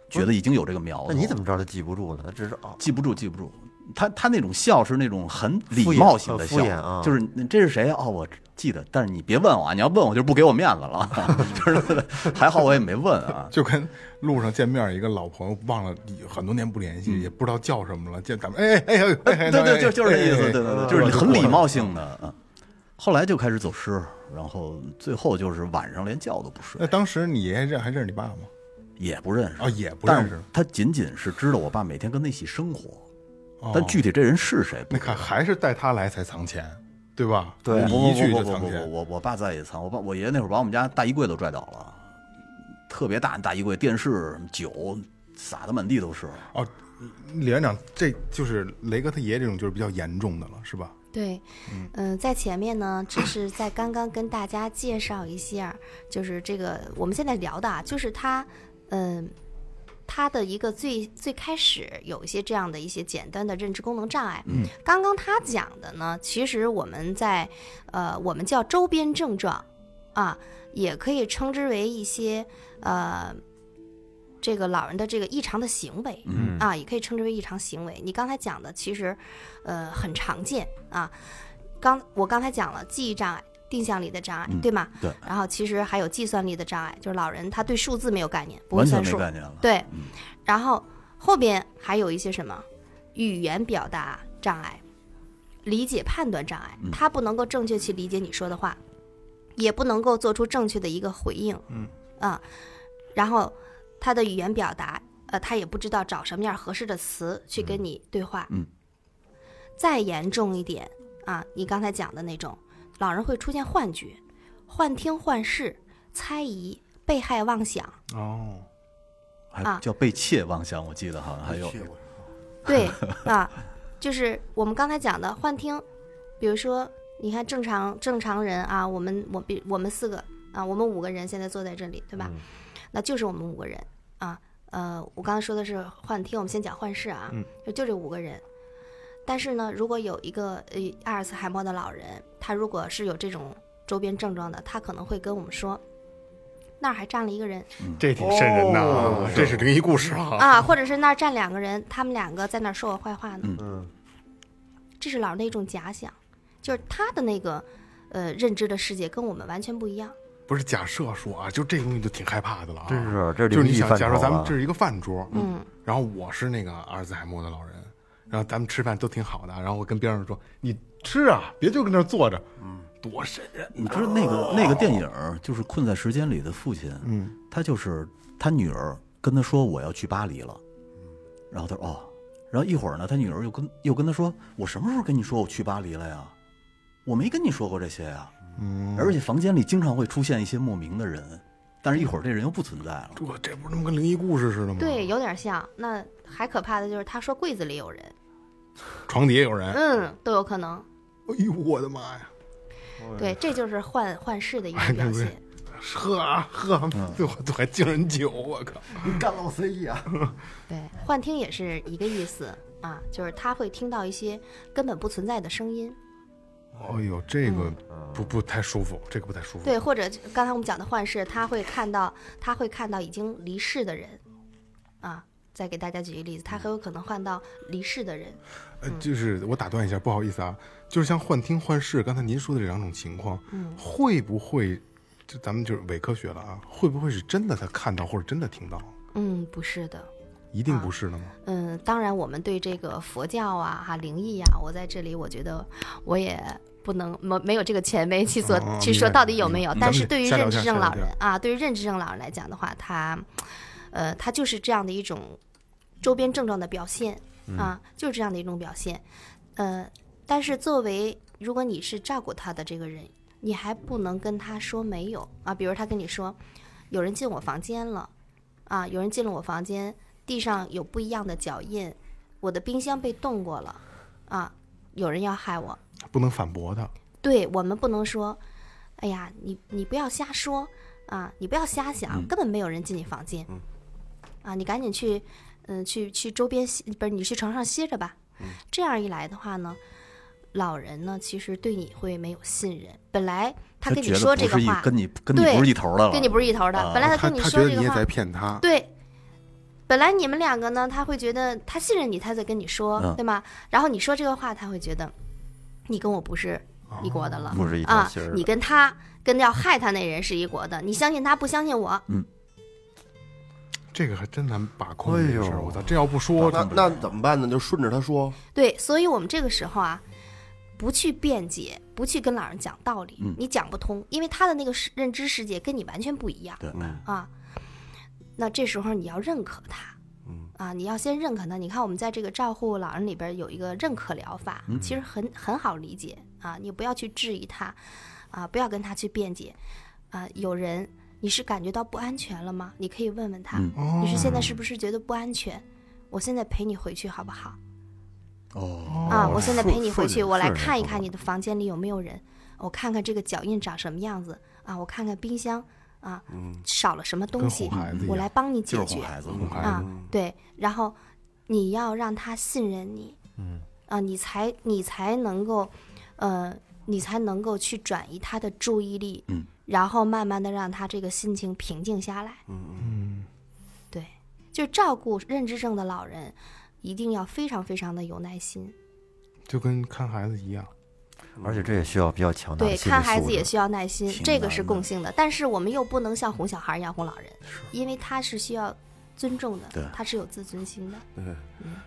Speaker 6: 觉得已经有这个苗子
Speaker 5: 那
Speaker 6: 了。
Speaker 5: 你怎么知道他记不住呢？他只是啊，
Speaker 6: 记不住，记不住。他他那种笑是那种很礼貌性的
Speaker 5: 敷
Speaker 6: 笑，
Speaker 5: 衍呃敷衍啊
Speaker 6: 就是你这是谁哦，我记得，但是你别问我啊，你要问我就不给我面子了， 就是还好我也没问啊。
Speaker 3: 就跟路上见面一个老朋友，忘了很多年不联
Speaker 6: 嗯
Speaker 3: 系，也不知道叫什么了，见咱们哎哎哎哎 哎，
Speaker 6: 对对，就就是这意思，对对对，就是很礼貌性的。嗯后来就开始走失，然后最后就是晚上连觉都不睡
Speaker 3: 那，当时你爷爷认还认识你爸吗？
Speaker 6: 也不认识
Speaker 3: 哦也不
Speaker 6: 但
Speaker 3: 认识
Speaker 6: 是他仅仅是知道我爸每天跟他一起生活，
Speaker 3: 哦
Speaker 6: 但具体这人是谁不
Speaker 3: 那
Speaker 6: 知道
Speaker 3: 看还是带他来才藏钱，对吧？
Speaker 5: 对
Speaker 3: 你
Speaker 6: 不
Speaker 3: 一句
Speaker 6: 不不
Speaker 3: 就
Speaker 6: 不
Speaker 3: 藏
Speaker 6: 不不，
Speaker 3: 钱。
Speaker 6: 我我爸在也藏，我爸我爷爷那会儿把我们家大衣柜都拽倒了，特别大的大衣柜，电视、酒撒的满地都是。
Speaker 3: 哦，李院长，这就是雷哥他爷爷这种就是比较严重的了，是吧？
Speaker 7: 对，嗯、在前面呢，只是在刚刚跟大家介绍一下儿，就是这个我们现在聊的啊，就是他，嗯、他的一个最最开始有一些这样的一些简单的认知功能障碍。嗯，刚刚他讲的呢，其实我们在呃，我们叫周边症状啊，也可以称之为一些呃。这个老人的这个异常的行为，嗯啊，也可以称之为异常行为。你刚才讲的其实，呃，很常见啊。刚我刚才讲了记忆障碍、定向力的障碍，对吗？
Speaker 6: 嗯对。
Speaker 7: 然后其实还有计算力的障碍，就是老人他对数字没有概念，不会
Speaker 6: 完全
Speaker 7: 算
Speaker 6: 没
Speaker 7: 数，
Speaker 6: 概念了。嗯
Speaker 7: 对，然后后边还有一些什么语言表达障碍、理解判断障
Speaker 6: 嗯
Speaker 7: 碍，他不能够正确去理解你说的话，也不能够做出正确的一个回应。嗯啊，然后他的语言表达，呃，他也不知道找什么样合适的词去跟你对话。
Speaker 6: 嗯
Speaker 7: 再严重一点啊，你刚才讲的那种，老人会出现幻觉、幻听、幻视、猜疑、被害妄想。
Speaker 3: 哦，
Speaker 6: 还
Speaker 7: 啊
Speaker 6: 叫被窃妄想，我记得好像还有
Speaker 7: 对啊，就是我们刚才讲的幻听，比如说，你看正常正常人啊，我们我比我们四个啊，我们五个人现在坐在这里，对吧？那就是我们五个人啊。呃，我刚才说的是幻听，我们先讲幻视啊，就就这五个人。但是呢，如果有一个呃阿尔茨海默的老人，他如果是有这种周边症状的，他可能会跟我们说，那儿还站了一个人，
Speaker 8: 这挺瘆人的啊，这是灵异故事啊。
Speaker 7: 啊，或者是那儿站两个人，他们两个在那儿说我坏话呢。
Speaker 5: 嗯，
Speaker 7: 这是老人的一种假想，就是他的那个呃认知的世界跟我们完全不一样。
Speaker 3: 不是假设说啊，就这东西就挺害怕的了啊。
Speaker 5: 真是这
Speaker 3: 就是
Speaker 5: 灵
Speaker 3: 你
Speaker 5: 异
Speaker 3: 想，
Speaker 5: 范畴
Speaker 3: 假如咱们
Speaker 5: 了
Speaker 3: 这。是一个饭桌，
Speaker 7: 嗯，
Speaker 3: 然后我是那个阿尔兹海默的老人，然后咱们吃饭都挺好的，啊然后我跟边上说：“你吃啊，别就跟那儿坐着。”嗯，多瘆人！
Speaker 6: 你知道那个那个电影儿就是《困在时间里的父亲》，哦嗯，他就是他女儿跟他说我要去巴黎了，然后他说哦，然后一会儿呢，他女儿又跟又跟他说我什么时候跟你说我去巴黎了呀？我没跟你说过这些呀，嗯，而且房间里经常会出现一些莫名的人，但是一会儿这人又不存在了，
Speaker 3: 这这不是他妈跟灵异故事似的吗？
Speaker 7: 对，，有点像。那还可怕的就是他说柜子里有人，
Speaker 3: 床底下有人。
Speaker 7: 嗯，都有可能。
Speaker 3: 哎呦，我的妈呀！
Speaker 7: 对，这就是幻幻视的一
Speaker 3: 哎
Speaker 7: 个表
Speaker 3: 对
Speaker 7: 现。
Speaker 3: 喝啊喝啊，最后还敬人酒，我靠！
Speaker 5: 干老随意啊！
Speaker 7: 对，幻听也是一个意思啊，就是他会听到一些根本不存在的声音。
Speaker 3: 哎呦，这个不不太舒服，这个不太舒服。
Speaker 7: 嗯对，或者刚才我们讲的幻视，他会看到他会看到已经离世的人啊。再给大家举一个例子，他很有可能看到离世的人。
Speaker 3: 呃，就是我打断一下，不好意思啊，就是像幻听、幻视，刚才您说的这两种情况，
Speaker 7: 嗯
Speaker 3: 会不会就咱们就是伪科学了啊？会不会是真的他看到或者真的听到？
Speaker 7: 嗯，不是的。
Speaker 3: 一
Speaker 7: 啊
Speaker 3: 定不是的吗？
Speaker 7: 嗯，当然，我们对这个佛教啊、哈灵异啊，我在这里，我觉得我也不能没没有这个权威去说、
Speaker 3: 哦
Speaker 7: 去
Speaker 3: 明
Speaker 7: 说
Speaker 3: 白
Speaker 7: 到底有没有。
Speaker 3: 嗯咱
Speaker 7: 但
Speaker 3: 们
Speaker 7: 是对于
Speaker 3: 瞎聊
Speaker 7: 认
Speaker 3: 天
Speaker 7: 知
Speaker 3: 瞎
Speaker 7: 症
Speaker 3: 聊
Speaker 7: 老
Speaker 3: 天
Speaker 7: 人啊，对于认知症老人来讲的话，他，呃，他就是这样的一种周边症状的表现
Speaker 3: 嗯
Speaker 7: 啊，就是这样的一种表现。呃，但是作为如果你是照顾他的这个人，你还不能跟他说没有啊，比如他跟你说，有人进我房间了，啊，有人进了我房间，地上有不一样的脚印，我的冰箱被动过了，啊，有人要害我，
Speaker 3: 不能反驳他。
Speaker 7: 对我们不能说，哎呀，你你不要瞎说啊，你不要瞎想，根本没有人进你房间，啊，你赶紧去，嗯、去去周边歇，不是你去床上歇着吧。这样一来的话呢，老人呢其实对你会没有信任，本来他跟你
Speaker 6: 觉得
Speaker 7: 说这
Speaker 6: 不
Speaker 7: 个
Speaker 6: 是一
Speaker 7: 话，
Speaker 6: 跟你跟你
Speaker 7: 对
Speaker 6: 不是一头的了，
Speaker 7: 跟你不是一头的，
Speaker 6: 啊
Speaker 7: 本来
Speaker 3: 哦
Speaker 8: 他
Speaker 7: 跟你
Speaker 8: 他觉
Speaker 7: 说
Speaker 8: 得
Speaker 7: 这
Speaker 8: 你也
Speaker 7: 个话
Speaker 8: 在，骗他，
Speaker 3: 啊
Speaker 7: 对，本来你们两个呢，他会觉得他信任你，他在跟你说，
Speaker 6: 嗯
Speaker 7: 对吗？然后你说这个话，他会觉得你跟我不是一国的了，
Speaker 5: 不是一条
Speaker 7: 啊
Speaker 5: 心儿，
Speaker 7: 你
Speaker 5: 的。
Speaker 7: 跟他跟要害他那人是一国的，你相信他不相信我，
Speaker 3: 这个还真难把控
Speaker 5: 哎
Speaker 3: 这个事儿，
Speaker 5: 呦
Speaker 3: 我操，这要不说，
Speaker 4: 那那怎么办呢？就顺着他说，
Speaker 7: 对，所以我们这个时候啊，不去辩解，不去跟老人讲道理，你讲不通，因为他的那个世认知世界跟你完全不一样。
Speaker 6: 对
Speaker 7: 啊，那这时候你要认可他。啊，你要先认可他。你看，我们在这个照护老人里边有一个认可疗法，其实很很好理解啊。你不要去质疑他，啊，不要跟他去辩解，啊，有人你是感觉到不安全了吗？你可以问问他，你是现在是不是觉得不安全？我现在陪你回去好不好？
Speaker 6: 哦，
Speaker 7: 啊，我现在陪你回
Speaker 5: 是
Speaker 7: 去，我来
Speaker 5: 是
Speaker 7: 看一看你的房间里有没有人，我看看这个脚印长什么样子啊，我看看冰箱啊少了什么东
Speaker 3: 跟
Speaker 7: 西
Speaker 3: 哄孩子一，
Speaker 7: 我
Speaker 3: 样
Speaker 7: 来帮你
Speaker 6: 就是
Speaker 7: 解决
Speaker 6: 哄孩子，
Speaker 3: 哄孩子
Speaker 7: 啊，对，然后你要让他信任你，嗯，啊，你才你才能够，呃，你才能够去转移他的注意力，嗯，然后慢慢的让他这个心情平静下来，嗯对，就照顾认知症的老人，一定要非常非常的有耐心。
Speaker 3: 就跟看孩子一样，
Speaker 5: 而且这也需要比较强大的
Speaker 7: 对，
Speaker 5: 心理
Speaker 7: 看孩
Speaker 5: 素
Speaker 7: 子也
Speaker 5: 质。
Speaker 7: 需要耐心
Speaker 6: 挺，
Speaker 7: 这个
Speaker 6: 难
Speaker 7: 是
Speaker 6: 的
Speaker 7: 共性的。但是我们又不能像哄小孩一样哄老人，因为他是需要尊重
Speaker 6: 对
Speaker 7: 的，他是有自尊心 的。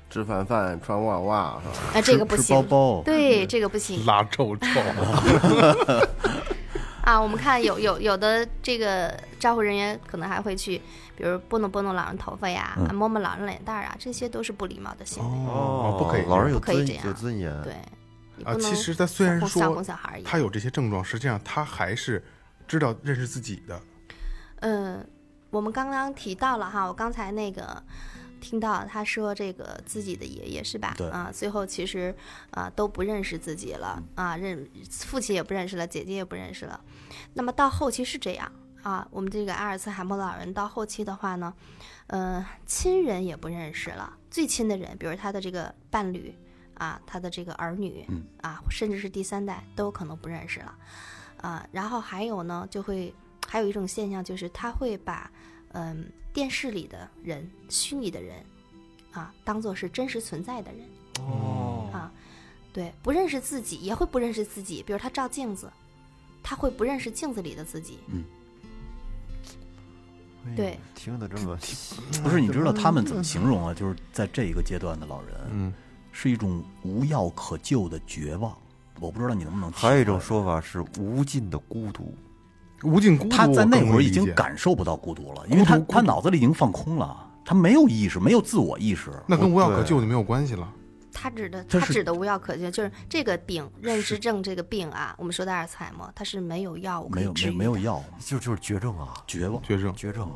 Speaker 4: 吃饭饭，穿袜袜，是吧
Speaker 7: 那这个不
Speaker 6: 吃包
Speaker 7: 行，
Speaker 6: 包，嗯
Speaker 7: 对，这个不行
Speaker 3: 拉臭 臭，
Speaker 7: 啊。我们看有有有的这个照护人员可能还会去，比如拨弄拨弄老人头发呀，
Speaker 6: 嗯
Speaker 7: 摸摸老人脸蛋儿啊，这些都是不礼貌的行为。
Speaker 3: 哦，不可以，
Speaker 5: 老人有
Speaker 7: 不可以
Speaker 5: 尊
Speaker 7: 这样
Speaker 5: 有尊严，
Speaker 6: 哦
Speaker 7: 对，你
Speaker 3: 啊
Speaker 7: 不，能
Speaker 3: 其实他虽然
Speaker 7: 像
Speaker 3: 说
Speaker 7: 像哄小孩一样
Speaker 3: 他有这些症状，实际上他还是知道认识自己的。
Speaker 7: 嗯，我们刚刚提到了哈，我刚才那个听到他说这个自己的爷爷是吧？
Speaker 6: 对
Speaker 7: 啊，最后其实啊都不认识自己了啊，认父亲也不认识了，姐姐也不认识了。那么到后期是这样啊，我们这个阿尔茨海默老人到后期的话呢，呃，亲人也不认识了，最亲的人，比如他的这个伴侣啊，他的这个儿女、啊，甚至是第三代都有可能不认识了。啊，然后还有呢，就会还有一种现象就是他会把嗯电视里的人、虚拟的人啊，当做是真实存在的人。哦，啊，对，不认识自己也会不认识自己，比如他照镜子，他会不认识镜子里的自己。
Speaker 5: 哎呦
Speaker 7: 对，
Speaker 5: 听得这么
Speaker 6: 不是，你知道他们怎么形容啊？就是在这一个阶段的老人，嗯，是一种无药可救的绝望。我不知道你能不能体会。
Speaker 5: 还有一种说法是无尽的孤独，
Speaker 3: 无尽孤独，
Speaker 6: 他在那
Speaker 3: 我更
Speaker 6: 会儿
Speaker 3: 能
Speaker 6: 已经
Speaker 3: 理解
Speaker 6: 感受不到孤独了，因为他他脑子里已经放空了，他没有意识，没有自我意识。
Speaker 3: 那跟无药可
Speaker 5: 对
Speaker 3: 救就没有关系了。
Speaker 7: 他指的
Speaker 6: 这
Speaker 7: 他
Speaker 6: 是
Speaker 7: 指的无药可救，就是这个病，认知症这个病啊，我们说的阿尔茨海默，它是没有药物可
Speaker 6: 没
Speaker 7: 以
Speaker 6: 有没
Speaker 7: 治
Speaker 6: 有
Speaker 7: 愈
Speaker 6: 没有药，
Speaker 5: 就就是绝症啊，
Speaker 6: 绝望，
Speaker 3: 绝症，
Speaker 5: 绝症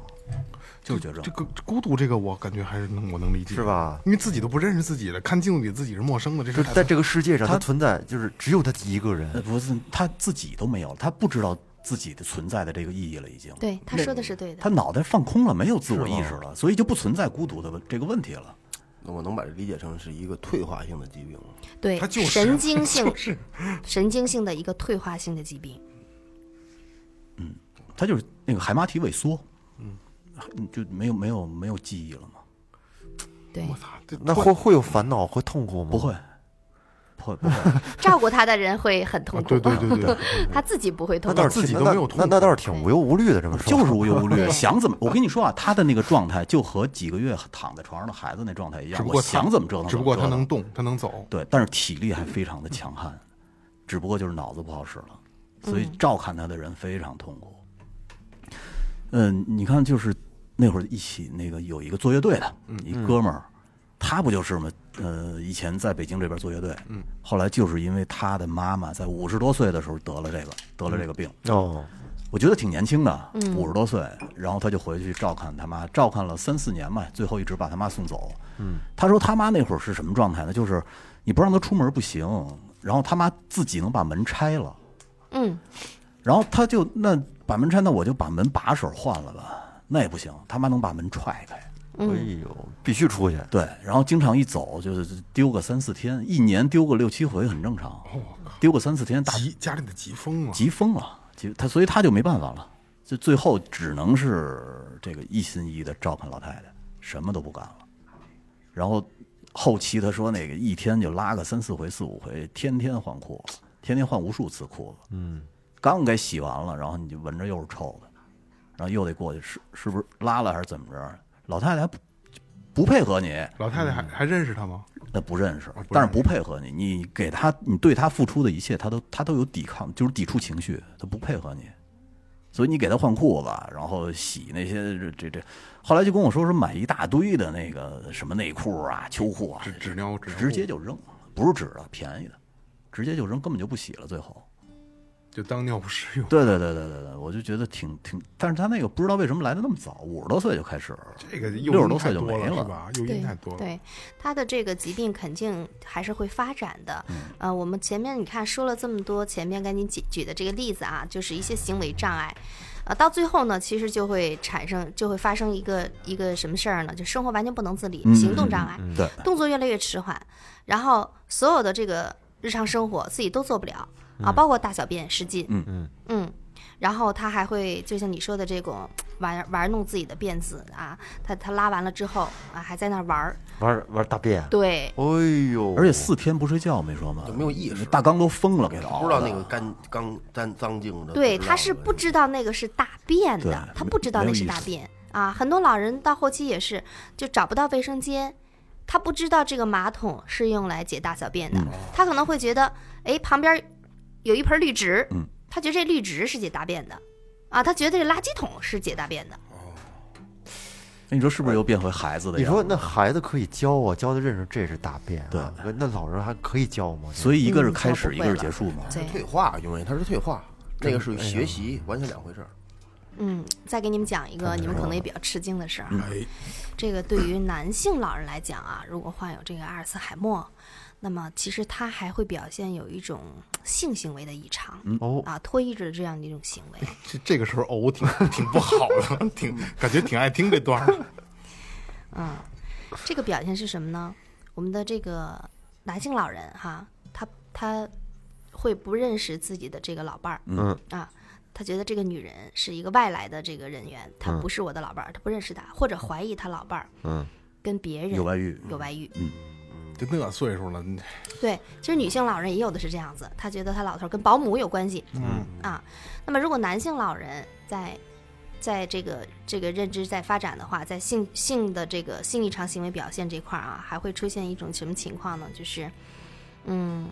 Speaker 6: 就是绝症
Speaker 3: 这。个孤独这个我感觉还是能我能理解，
Speaker 5: 是？吧？
Speaker 3: 因为自己都不认识自己了，看镜子里自己是陌生的，这
Speaker 5: 就是是在这个世界上，
Speaker 6: 他
Speaker 5: 他存在就是只有他一个
Speaker 6: 呃，
Speaker 5: 人，
Speaker 6: 不是他自己都没有了，他不知道自己的存在的这个意义了，已经。
Speaker 7: 对，他说的是对的
Speaker 6: 他。脑袋放空了，没有自我意识了，所以就不存在孤独的问这个问题了。
Speaker 4: 那我能把这理解成是一个退化性的疾病吗。
Speaker 7: 对，
Speaker 3: 他就是
Speaker 7: 神经性、神经性的一个退化性的疾病。
Speaker 6: 他就是那个海马体萎缩，嗯，就没有没有没有记忆了嘛？
Speaker 3: 嗯
Speaker 7: 对，
Speaker 5: 那会会有烦恼，会痛苦吗？
Speaker 6: 不会，不会，不会。
Speaker 7: 照顾他的人会很痛
Speaker 3: 啊，
Speaker 7: 苦，
Speaker 3: 对对对对，
Speaker 7: 他自己不会
Speaker 5: 那
Speaker 7: 痛
Speaker 5: 倒
Speaker 7: 苦
Speaker 5: 是。
Speaker 3: 自己
Speaker 5: 挺
Speaker 3: 都
Speaker 5: 那
Speaker 3: 没有
Speaker 5: 那
Speaker 3: 痛
Speaker 5: 那倒是挺无忧无虑的，这么 说
Speaker 6: 就是无忧无虑，
Speaker 7: 对
Speaker 6: 想怎么我跟你说啊，他的那个状态就和几个月躺在床上的孩子那状态一
Speaker 3: 只
Speaker 6: 样，啊
Speaker 3: 不
Speaker 6: 我
Speaker 3: 过他
Speaker 6: 想怎么折腾怎么折腾，
Speaker 3: 只不过他能动，他能走，
Speaker 6: 对，但是体力还非常的强悍，只不过就是脑子不好使了，所以照看他的人非常痛苦。嗯，你看，就是那会儿一起那个有一个做乐队的，一哥们儿，他不就是吗？呃，以前在北京这边做乐队，嗯，后来就是因为他的妈妈在五十多岁的时候得了这个，得了这个病，
Speaker 5: 哦，
Speaker 6: 我觉得挺年轻的，五十多岁，然后他就回去照看他妈，照看了三四年吧，最后一直把他妈送走。嗯，他说他妈那会儿是什么状态呢？就是你不让他出门不行，然后他妈自己能把门拆了，
Speaker 7: 嗯，
Speaker 6: 然后他就那把门拆，那我就把门把手换了吧，那也不行，他妈能把门踹开。
Speaker 7: 嗯
Speaker 5: 哎呦，必须出去。
Speaker 6: 对，然后经常一走就是丢个三四天，一年丢个六七回很正常，丢个三四天大
Speaker 3: 急家里的急疯了，
Speaker 6: 急疯了，急他所以他就没办法了，就最后只能是这个一心一意的照看老太太，什么都不干了。然后后期他说那个一天就拉个三四回四五回，天天换裤子，天天换无数次裤子。嗯，刚给洗完了，然后你就闻着又是臭的，然后又得过去是是不是拉了还是怎么着？老太太还不不配合你，
Speaker 3: 老太太
Speaker 6: 嗯
Speaker 3: 还还认识他吗？
Speaker 6: 那不认识，但是不配合你，你给他，你对他付出的一切，他都他都有抵抗，就是抵触情绪，他不配合你，所以你给他换裤子，然后洗那些这这这，后来就跟我说说买一大堆的那个什么内裤啊、秋裤啊，
Speaker 3: 纸纸尿纸尿裤
Speaker 6: 直接就扔了，不是纸的，便宜的，直接就扔，根本就不洗了，最后。
Speaker 3: 就当尿不 湿用。
Speaker 6: 对对对对对对，我就觉得挺挺，但是他那个不知道为什么来的那么早，五十多岁就开始，
Speaker 3: 这个诱
Speaker 6: 六十
Speaker 3: 因
Speaker 6: 多
Speaker 3: 太
Speaker 6: 岁就
Speaker 3: 多
Speaker 6: 没
Speaker 3: 了，是
Speaker 6: 了，
Speaker 3: 吧？诱
Speaker 7: 对
Speaker 3: 因太多了。
Speaker 7: 对，他的这个疾病肯定还是会发展的。
Speaker 3: 嗯
Speaker 7: 呃，我们前面你看说了这么多，前面跟你举举的这个例子啊，就是一些行为障碍，呃，到最后呢，其实就会产生，就会发生一个一个什么事儿呢？就生活完全不能自
Speaker 3: 嗯
Speaker 7: 理，行动障碍，
Speaker 4: 嗯
Speaker 6: 对，
Speaker 7: 动作越来越迟缓，然后所有的这个日常生活自己都做不了啊，包括大小便失禁，
Speaker 6: 嗯
Speaker 7: 嗯然后他还会就像你说的这种玩玩弄自己的辫子啊，他他拉完了之后啊，还在那儿玩儿，
Speaker 5: 玩玩大便。
Speaker 7: 对，
Speaker 5: 哎呦，
Speaker 6: 而且四天不睡觉没说吗？
Speaker 4: 就没有意识
Speaker 6: 大纲都疯了，给他
Speaker 4: 不
Speaker 6: 熬
Speaker 4: 知道
Speaker 6: 的
Speaker 4: 那个干刚干脏净的。
Speaker 7: 对，
Speaker 4: 知道
Speaker 7: 他是
Speaker 4: 的
Speaker 7: 不知道那个是大便
Speaker 6: 对
Speaker 7: 的，他
Speaker 6: 没
Speaker 7: 不知道
Speaker 6: 没
Speaker 7: 那
Speaker 6: 有
Speaker 7: 是
Speaker 6: 意
Speaker 7: 大
Speaker 6: 识
Speaker 7: 便啊。很多老人到后期也是，就找不到卫生间，他不知道这个马桶是用来解大小便
Speaker 6: 嗯
Speaker 7: 的，他可能会觉得，哎，旁边有一盆绿植，
Speaker 6: 嗯
Speaker 7: 他觉得这绿植是解大便的，啊，他觉得这垃圾桶是解大便的，
Speaker 6: 那你说是不是又变回孩子的
Speaker 5: 你
Speaker 6: 样子？
Speaker 5: 说那孩子可以教啊，教他认识这是大便、啊。
Speaker 6: 对，
Speaker 5: 那老人还可以教吗？
Speaker 6: 所以一个是
Speaker 7: 嗯
Speaker 6: 开
Speaker 7: 教
Speaker 6: 始，
Speaker 7: 不
Speaker 6: 一个
Speaker 7: 会
Speaker 6: 是
Speaker 7: 了
Speaker 6: 结束嘛。
Speaker 7: 对，
Speaker 4: 退化，啊因为他是退化，那个是学习，完全两回事儿。
Speaker 7: 嗯，再给你们讲一个你们可能也比较吃惊的事儿啊。
Speaker 3: 哎，
Speaker 7: 这个对于男性老人来讲啊，如果患有这个阿尔茨海默，那么其实他还会表现有一种性行为的异常，
Speaker 5: 哦
Speaker 7: 啊，脱衣着这样的一种行为。
Speaker 3: 这这个时候呕挺挺不好 的，挺感觉挺爱听这段儿。
Speaker 7: 嗯这个表现是什么呢？我们的这个男性老人哈，他他会不认识自己的这个老伴儿，
Speaker 5: 嗯
Speaker 7: 啊，他觉得这个女人是一个外来的这个人员，她不是我的老伴儿，他不认识她，或者怀疑他老伴儿，
Speaker 5: 嗯，
Speaker 7: 跟别人
Speaker 6: 有外遇
Speaker 7: 有外遇，
Speaker 3: 就那岁数了，
Speaker 7: 对，其实女性老人也有的是这样子，她觉得她老头儿跟保姆有关系，
Speaker 3: 嗯
Speaker 7: 啊，那么如果男性老人在在这个这个认知在发展的话，在性性的这个性异常行为表现这块儿啊，还会出现一种什么情况呢？就是，嗯，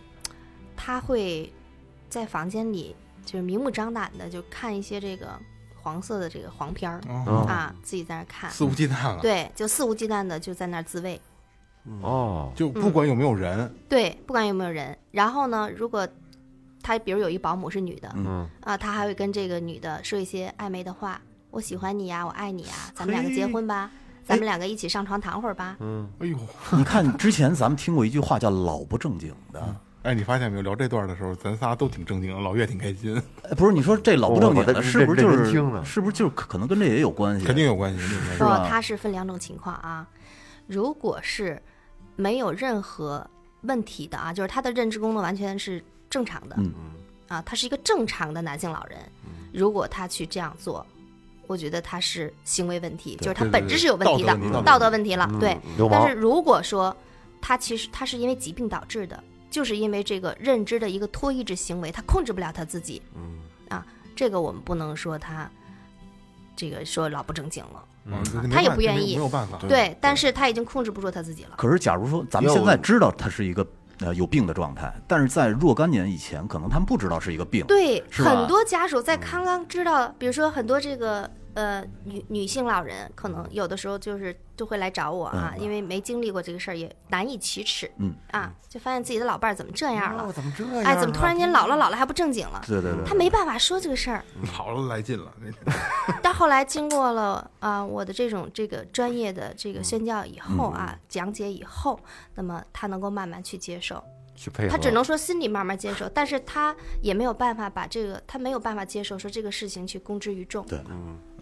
Speaker 7: 他会在房间里就是明目张胆的就看一些这个黄色的这个黄片儿、
Speaker 3: 哦啊
Speaker 7: 啊，自己在那儿看，
Speaker 3: 肆无忌惮了，
Speaker 7: 对，就肆无忌惮的就在那儿自慰，
Speaker 5: 哦，
Speaker 7: 嗯
Speaker 3: 就不管有没有人，
Speaker 7: 对，不管有没有人。然后呢，如果他比如有一保姆是女的，
Speaker 5: 嗯
Speaker 7: 啊，他还会跟这个女的说一些暧昧的话，我喜欢你呀，我爱你呀，咱们两个结婚吧，咱们两个一起上床躺会儿吧。哦
Speaker 3: 哎呦，
Speaker 6: 你看之前咱们听过一句话叫“老不正经”
Speaker 5: 嗯
Speaker 6: 的，
Speaker 3: 哎，你发现没有？聊这段的时候，咱仨都挺正经，老岳挺开心，
Speaker 6: 哎不是？你说这老不正经
Speaker 5: 我哦我
Speaker 6: 的，是不是就
Speaker 5: 认真听
Speaker 6: 是
Speaker 5: 了
Speaker 6: 是不是就是可可能跟这也有关系？
Speaker 3: 肯定有关系，肯定有关
Speaker 7: 不
Speaker 3: 系。，
Speaker 7: 它是分两种情况啊。如果是没有任何问题的啊，就是他的认知功能完全是正常的，
Speaker 6: 嗯
Speaker 7: 啊，他是一个正常的男性老人。如果他去这样做，我觉得他是行为问题，就是他
Speaker 3: 对对
Speaker 7: 本质是有问题的
Speaker 3: 道德问题，嗯
Speaker 7: 道德问题了。啊对，
Speaker 5: 嗯流
Speaker 7: 但
Speaker 5: 氓
Speaker 7: 是如果说他其实他是因为疾病导致的，就是因为这个认知的一个脱意制行为，他控制不了他自己。嗯，啊，这个我们不能说他这个说老不正经了。
Speaker 3: 嗯这没
Speaker 7: 他也
Speaker 3: 办
Speaker 7: 不愿
Speaker 3: 没有
Speaker 7: 意
Speaker 3: 没有办法。
Speaker 7: 对，但是他已经控制不住他自己了。
Speaker 6: 可是假如说咱们现在知道他是一个呃有病的状态，但是在若干年以前，可能他们不知道是一个病。
Speaker 7: 对，
Speaker 6: 是吧
Speaker 7: 很多家属在刚刚知道，比如说很多这个呃女女性老人，可能有的时候就是就会来找我啊，因为没经历过这个事儿，也难以启齿。
Speaker 6: 嗯
Speaker 7: 啊，就发现自己的老伴儿怎么这样
Speaker 3: 哦
Speaker 7: 了？
Speaker 5: 怎么这样
Speaker 7: 哎，
Speaker 3: 啊
Speaker 7: 怎么突然间老了老了还不正经了？
Speaker 6: 对对对，
Speaker 7: 他没办法说这个事儿。
Speaker 3: 好嗯了，来劲了，
Speaker 7: 但后来经过了啊、我的这种这个专业的这个宣教以后啊，讲解以后，那么他能够慢慢去接受。
Speaker 5: 去配合，
Speaker 7: 他只能说心里慢慢接受，但是他也没有办法把这个，他没有办法接受说这个事情去公之于众。
Speaker 6: 对
Speaker 5: 他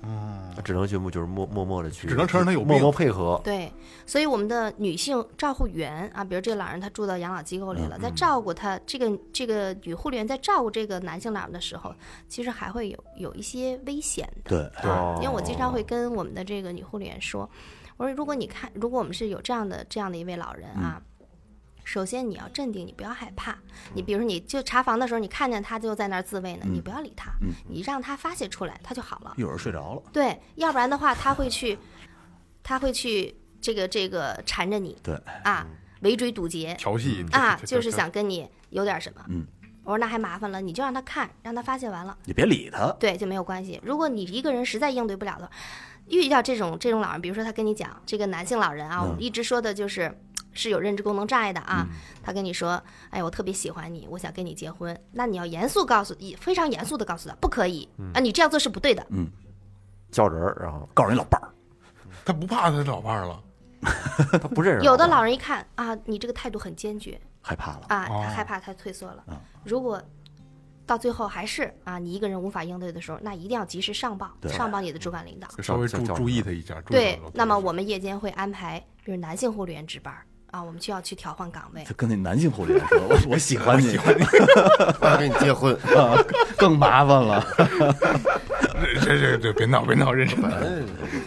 Speaker 5: 啊只能去默就是默默默的去，
Speaker 3: 只能承认他有病
Speaker 5: 默默配合，
Speaker 7: 对，所以我们的女性照护员啊，比如这老人他住到养老机构里了，在照顾他这个这个女护理员在照顾这个男性老人的时候，其实还会有有一些危险的。
Speaker 6: 对，
Speaker 7: 啊
Speaker 5: 对
Speaker 7: 因为我经常会跟我们的这个女护理员说，我说如果你看，如果我们是有这样的这样的一位老人啊。
Speaker 6: 嗯
Speaker 7: 首先，你要镇定，你不要害怕。你比如说，你就查房的时候，你看见他就在那儿自慰呢，
Speaker 6: 嗯
Speaker 7: 你不要理他，你让他发泄出来，他就好了。
Speaker 6: 一会儿睡着了，
Speaker 7: 对，要不然的话，他会去，他会去这个这个缠着你，
Speaker 6: 对
Speaker 7: 啊，
Speaker 6: 嗯
Speaker 7: 围追堵截
Speaker 3: 调戏
Speaker 7: 啊，就是想跟你有点什么。
Speaker 6: 嗯，
Speaker 7: 我说那还麻烦了，你就让他看，让他发泄完了，
Speaker 6: 你别理他，
Speaker 7: 对，就没有关系。如果你一个人实在应对不了的话，遇到这种这种老人，比如说他跟你讲这个男性老人啊，我们一直说的就是是有认知功能障碍的啊，他跟你说，哎，我特别喜欢你，我想跟你结婚，那你要严肃告诉，以非常严肃的告诉他，不可以啊，你这样做是不对的。
Speaker 5: 叫人儿，然后
Speaker 6: 告诉你老伴儿，
Speaker 3: 他不怕他老伴儿了，
Speaker 5: 他不认识，
Speaker 7: 有的老人一看啊，你这个态度很坚决
Speaker 6: 害怕
Speaker 5: 哎
Speaker 6: 了，
Speaker 7: 啊，他害怕，他退缩了。如果到最后还是啊，你一个人无法应对的时候，那一定要及时上报，上报你的主管领导。
Speaker 3: 稍微注
Speaker 5: 叫
Speaker 3: 注意他一下。注意
Speaker 7: 对
Speaker 3: 他一下，
Speaker 7: 那么我们夜间会安排，比如男性护理员值班儿啊，我们就要去调换 岗位
Speaker 6: 就。跟那男性护理员说，我我喜欢你，
Speaker 4: 我要跟你结婚，
Speaker 6: 啊更麻烦了，
Speaker 3: 这这这这别闹别闹，认真的。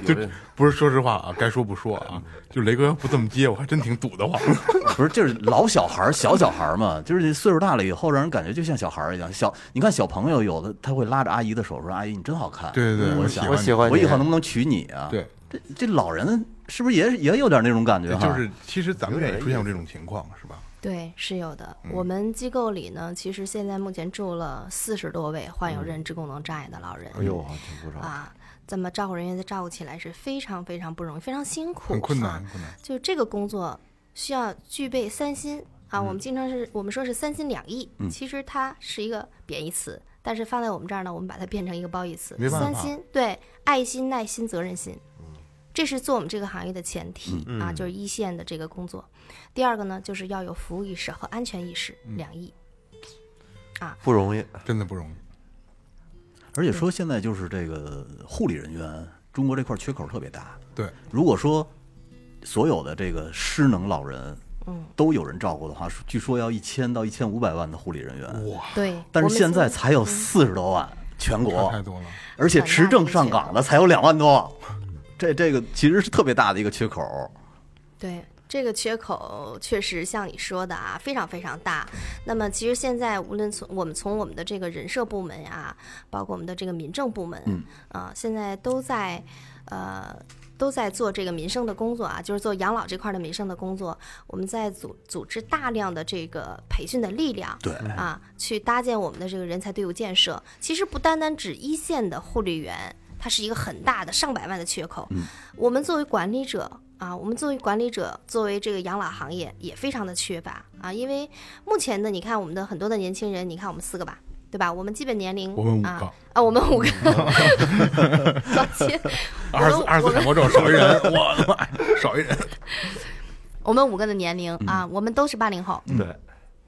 Speaker 3: 就不是说实话啊，该说不说啊，就雷哥要不这么接，我还真挺堵得慌。
Speaker 6: 不是，就是老小孩儿，小小孩儿嘛，就是岁数大了以后，让人感觉就像小孩儿一样。小，你看小朋友有的他会拉着阿姨的手说：“阿姨，你真好看。”
Speaker 3: 对对
Speaker 6: 我
Speaker 3: 对嗯我
Speaker 6: 想
Speaker 3: 喜欢
Speaker 5: 喜欢你
Speaker 6: 我以后能不能娶你啊？
Speaker 3: 对，
Speaker 6: 这这老人是不是也也有点那种感觉哈？
Speaker 3: 就是其实咱们也出现过这种情况，是吧？
Speaker 7: 对，是有的。
Speaker 3: 嗯
Speaker 7: 我们机构里呢，其实现在目前住了四十多位患
Speaker 3: 嗯
Speaker 7: 有认知功能障碍的老人。
Speaker 5: 哎呦，还挺不少，
Speaker 7: 啊，这么照顾人员在照顾起来是非常非常不容易，非常辛苦，
Speaker 3: 很困
Speaker 7: 啊
Speaker 3: 难，很困难。
Speaker 7: 就这个工作需要具备三心啊，
Speaker 6: 嗯
Speaker 7: 我们经常是我们说是三心两意，其实它是一个贬义词，但是放在我们这儿呢，我们把它变成一个褒义词
Speaker 3: 没。办法
Speaker 7: 三心对，爱心、耐心、责任心，
Speaker 6: 嗯
Speaker 7: 这是做我们这个行业的前提、啊，就是一线的这个工作。第二个呢，就是要有服务意识和安全意识
Speaker 6: 嗯
Speaker 7: 两意。
Speaker 5: 不容易，
Speaker 3: 真的不容易。
Speaker 6: 而且说现在就是这个护理人员，中国这块缺口特别大。
Speaker 3: 对，
Speaker 6: 如果说所有的这个失能老人，嗯，都有人照顾的话，据说要一千到一千五百万的护理人员，
Speaker 7: 对，
Speaker 6: 但
Speaker 7: 我
Speaker 6: 是
Speaker 7: 们
Speaker 6: 现在嗯
Speaker 7: 今
Speaker 6: 才有四十多万，全
Speaker 7: 哦
Speaker 6: 国
Speaker 3: 太多了。
Speaker 6: 而且持证上岗的才有两万多，这这个其实是特别大的一个缺口。
Speaker 7: 对，这个缺口确实像你说的啊，非常非常大。那么其实现在无论从我们从我们的这个人社部门啊，包括我们的这个民政部门，嗯，啊、现在都在，呃。都在做这个民生的工作啊，就是做养老这块的民生的工作。我们在组组织大量的这个培训的力量，
Speaker 6: 对
Speaker 7: 啊，去搭建我们的这个人才队伍建设。其实不单单指一线的护理员，它是一个很大的上百万的缺口。
Speaker 3: 嗯
Speaker 7: 我们作为管理者啊，我们作为管理者，作为这个养老行业也非常的缺乏啊，因为目前的你看我们的很多的年轻人，你看我们四个吧。对吧？我们基本年龄，
Speaker 3: 我们五个
Speaker 7: 啊啊，我们五个， 抱歉，我
Speaker 3: 二
Speaker 7: 们
Speaker 3: 十四二十
Speaker 7: 我
Speaker 3: 四强
Speaker 7: 们
Speaker 3: 国证少一 人，我的妈呀，少一人。
Speaker 7: 我们五个的年龄啊，我们都是八零后，
Speaker 5: 对，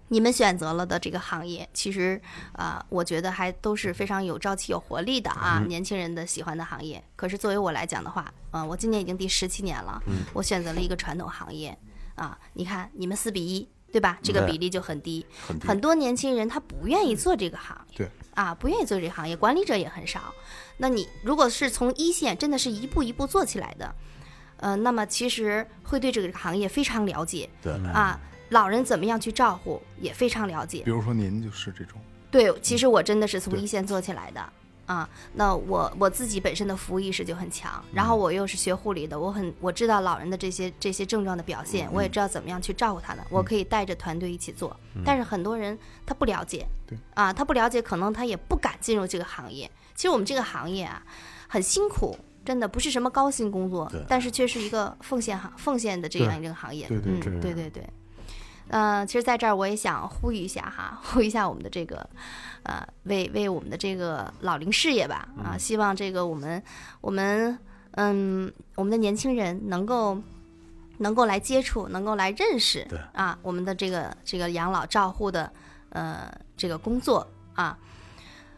Speaker 7: 你们选择了的这个行业，其实呃，我觉得还都是非常有朝气、有活力的啊，年轻人的喜欢的行业。可是作为我来讲的话，啊、我今年已经第十七年了，我选择了一个传统行业啊。你看，你们四比一，对吧？这个比例就很低，很
Speaker 6: 嗯
Speaker 7: 多年轻人他不愿意做这个行业，
Speaker 3: 对
Speaker 7: 啊，不愿意做这个行业，管理者也很少。那你如果是从一线，真的是一步一步做起来的，呃，那么其实会对这个行业非常了解，
Speaker 6: 对
Speaker 7: 啊，老人怎么样去照顾也非常了解
Speaker 3: 比。如说您就是这种，
Speaker 7: 对，其实我真的是从
Speaker 3: 对
Speaker 7: 一线做起来的啊。那我我自己本身的服务意识就很强，然
Speaker 3: 嗯
Speaker 7: 后我又是学护理的，我很我知道老人的这些这些症状的表
Speaker 3: 嗯
Speaker 7: 现，我也知道怎么样去照顾他的，我可以带着团队一起做。但是很多人他不了解，
Speaker 3: 嗯对
Speaker 7: 啊，他不了解，可能他也不敢进入这个行业。其实我们这个行业啊，很辛苦。真的不是什么高薪工作，但是却是一个奉献行奉献的这样一个行业。
Speaker 3: 对对
Speaker 7: 嗯，对对对。呃，其实在这儿我也想呼吁一下哈，呼吁一下我们的这个，呃，为为我们的这个老龄事业吧，啊，希望这个我们我们嗯我们的年轻人能够能够来接触，能够来认识
Speaker 6: 对
Speaker 7: 啊，我们的这个这个养老照护的呃这个工作啊，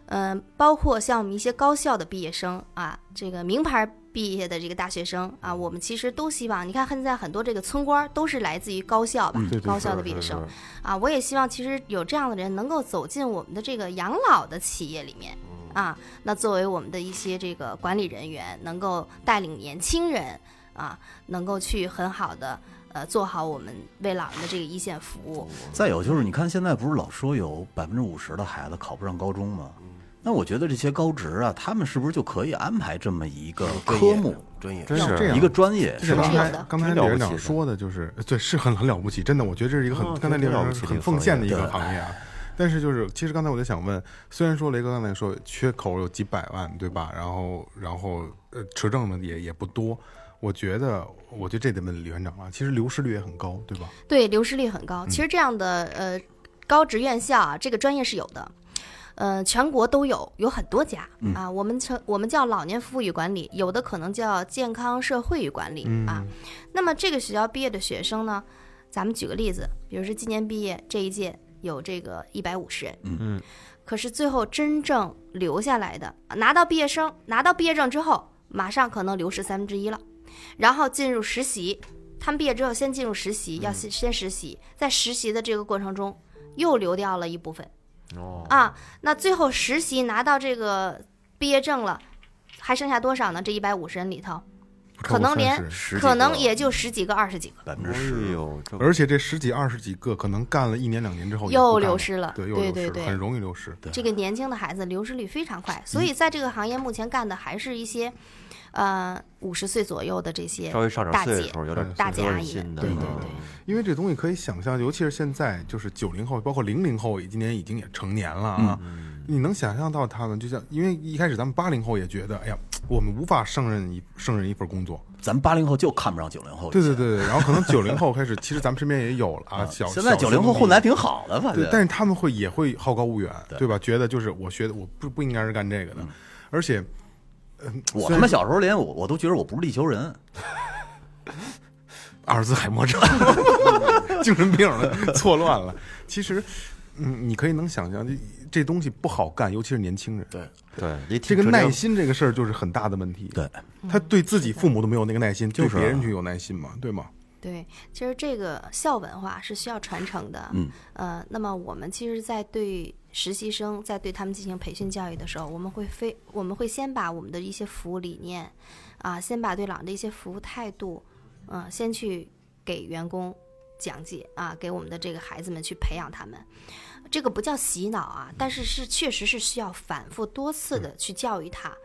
Speaker 7: 嗯、包括像我们一些高校的毕业生啊，这个名牌毕业的这个大学生啊，我们其实都希望，你看现在很多这个村官儿都是来自于高校吧，
Speaker 6: 嗯
Speaker 3: 对对
Speaker 7: 高校的毕业生啊，我也希望其实有这样的人能够走进我们的这个养老的企业里面啊，那作为我们的一些这个管理人员，能够带领年轻人啊，能够去很好的呃做好我们为老人的这个一线服务，
Speaker 6: 再有就是，你看现在不是老说有百分之五十的孩子考不上高中吗？那我觉得这些高职啊，他们是不是就可以安排这么一个科目，
Speaker 4: 专业，
Speaker 5: 真
Speaker 3: 要这
Speaker 5: 是
Speaker 3: 样
Speaker 6: 一个专业？
Speaker 3: 这个刚
Speaker 7: 是有
Speaker 3: 才
Speaker 7: 的
Speaker 3: 刚才
Speaker 5: 挺
Speaker 3: 李
Speaker 5: 了不
Speaker 3: 院
Speaker 5: 起
Speaker 3: 长
Speaker 5: 的
Speaker 3: 说的就是，呃对，是很很了不起，真的，我觉得这是一个很、
Speaker 5: 哦
Speaker 3: 刚才李
Speaker 5: 挺
Speaker 3: 院
Speaker 5: 了
Speaker 3: 长说
Speaker 5: 不起
Speaker 3: 很
Speaker 5: 这个
Speaker 3: 奉
Speaker 5: 行
Speaker 3: 献
Speaker 5: 业
Speaker 3: 的一个
Speaker 6: 对
Speaker 3: 行业啊。但是就是，其实刚才我就想问，虽然说雷哥刚才说缺口有几百万，对吧？然后然后呃，持证的也也不多，我觉得我觉得这得问李院长了。其实流失率也很高，对吧？
Speaker 7: 对，流失率很高。其实这样的呃高职院校啊，这个专业是有的，呃，全国都有，有很多家、啊。我们称我们叫老年服务与管理，有的可能叫健康社会与管理、啊。那么这个学校毕业的学生呢，咱们举个例子，比如说今年毕业这一届有这个一百五十人，嗯，可是最后真正留下来的，拿到毕业生拿到毕业证之后，马上可能流失三分之一了，然后进入实习，他们毕业之后先进入实
Speaker 6: 嗯
Speaker 7: 习，要先先实习，在实习的这个过程中又流掉了一部分。哦啊，那最后实习拿到这个毕业证了，还剩下多少呢？这一百五十人里头，可能连
Speaker 6: 十几个
Speaker 7: 可能也就十几个、二十几个。
Speaker 6: 百分之
Speaker 5: 哎
Speaker 6: 十，
Speaker 5: 呦，这
Speaker 3: 而且这十几二十几个，可能干了一年两年之后也
Speaker 7: 又
Speaker 3: 不干
Speaker 7: 流失了
Speaker 3: 对，又
Speaker 7: 对
Speaker 3: 流
Speaker 7: 对
Speaker 3: 失，
Speaker 7: 对
Speaker 3: 很容易流失。
Speaker 7: 这个年轻的孩子流失率非常快，所
Speaker 6: 嗯
Speaker 7: 以在这个行业目前干的还是一些，呃，五十岁左右的这些
Speaker 5: 稍微上点
Speaker 7: 大
Speaker 5: 岁
Speaker 7: 姐
Speaker 5: 数，有
Speaker 3: 嗯
Speaker 5: 点
Speaker 7: 大姐
Speaker 5: 有点
Speaker 7: 阿姨
Speaker 5: 心
Speaker 7: 们，
Speaker 5: 的
Speaker 7: 对对
Speaker 5: 嗯
Speaker 7: 对。
Speaker 3: 因为这东西可以想象，尤其是现在就是九零后，包括零零后，今年已经也成年了啊。
Speaker 6: 嗯
Speaker 3: 你能想象到他们，就像因为一开始咱们八零后也觉得，哎呀，我们无法胜任一胜任一份工作。
Speaker 6: 咱八零后就看不上九零后。
Speaker 3: 对对，对对，然后可能九 零后开始，其实咱们身边也有了啊。小
Speaker 6: 现在九零后混的还。挺好的，反
Speaker 3: 对
Speaker 6: 正，。
Speaker 3: 但是他们会也会好高骛远，
Speaker 6: 对嗯
Speaker 3: 对吧？觉得就是我学的，我不不应该是干这个的，而且
Speaker 6: 我他妈小时候连我我都觉得我不是地球人，
Speaker 3: 阿尔兹海默症、 精神病了，错乱了。其实，嗯，你可以能想象，这这东西不好干，尤其是年轻人。对，
Speaker 5: 对，也
Speaker 3: 这
Speaker 5: 挺
Speaker 3: 个
Speaker 5: 折
Speaker 3: 耐
Speaker 5: 腾
Speaker 3: 心这个事儿就是很大的问题。
Speaker 6: 对，
Speaker 3: 他对自己父母都没有那个耐心，
Speaker 6: 就是啊
Speaker 3: 对别人去有耐心嘛，对吗？
Speaker 7: 对，其实这个校文化是需要传承的。嗯，呃，那么我们其实，在对实习生在对他们进行培训教育的时候，我们会非我们会先把我们的一些服务理念，啊，先把对老人的一些服务态度，嗯、先去给员工讲解啊，给我们的这个孩子们去培养他们。这个不叫洗脑啊，但是是确实是需要反复多次的去教育他。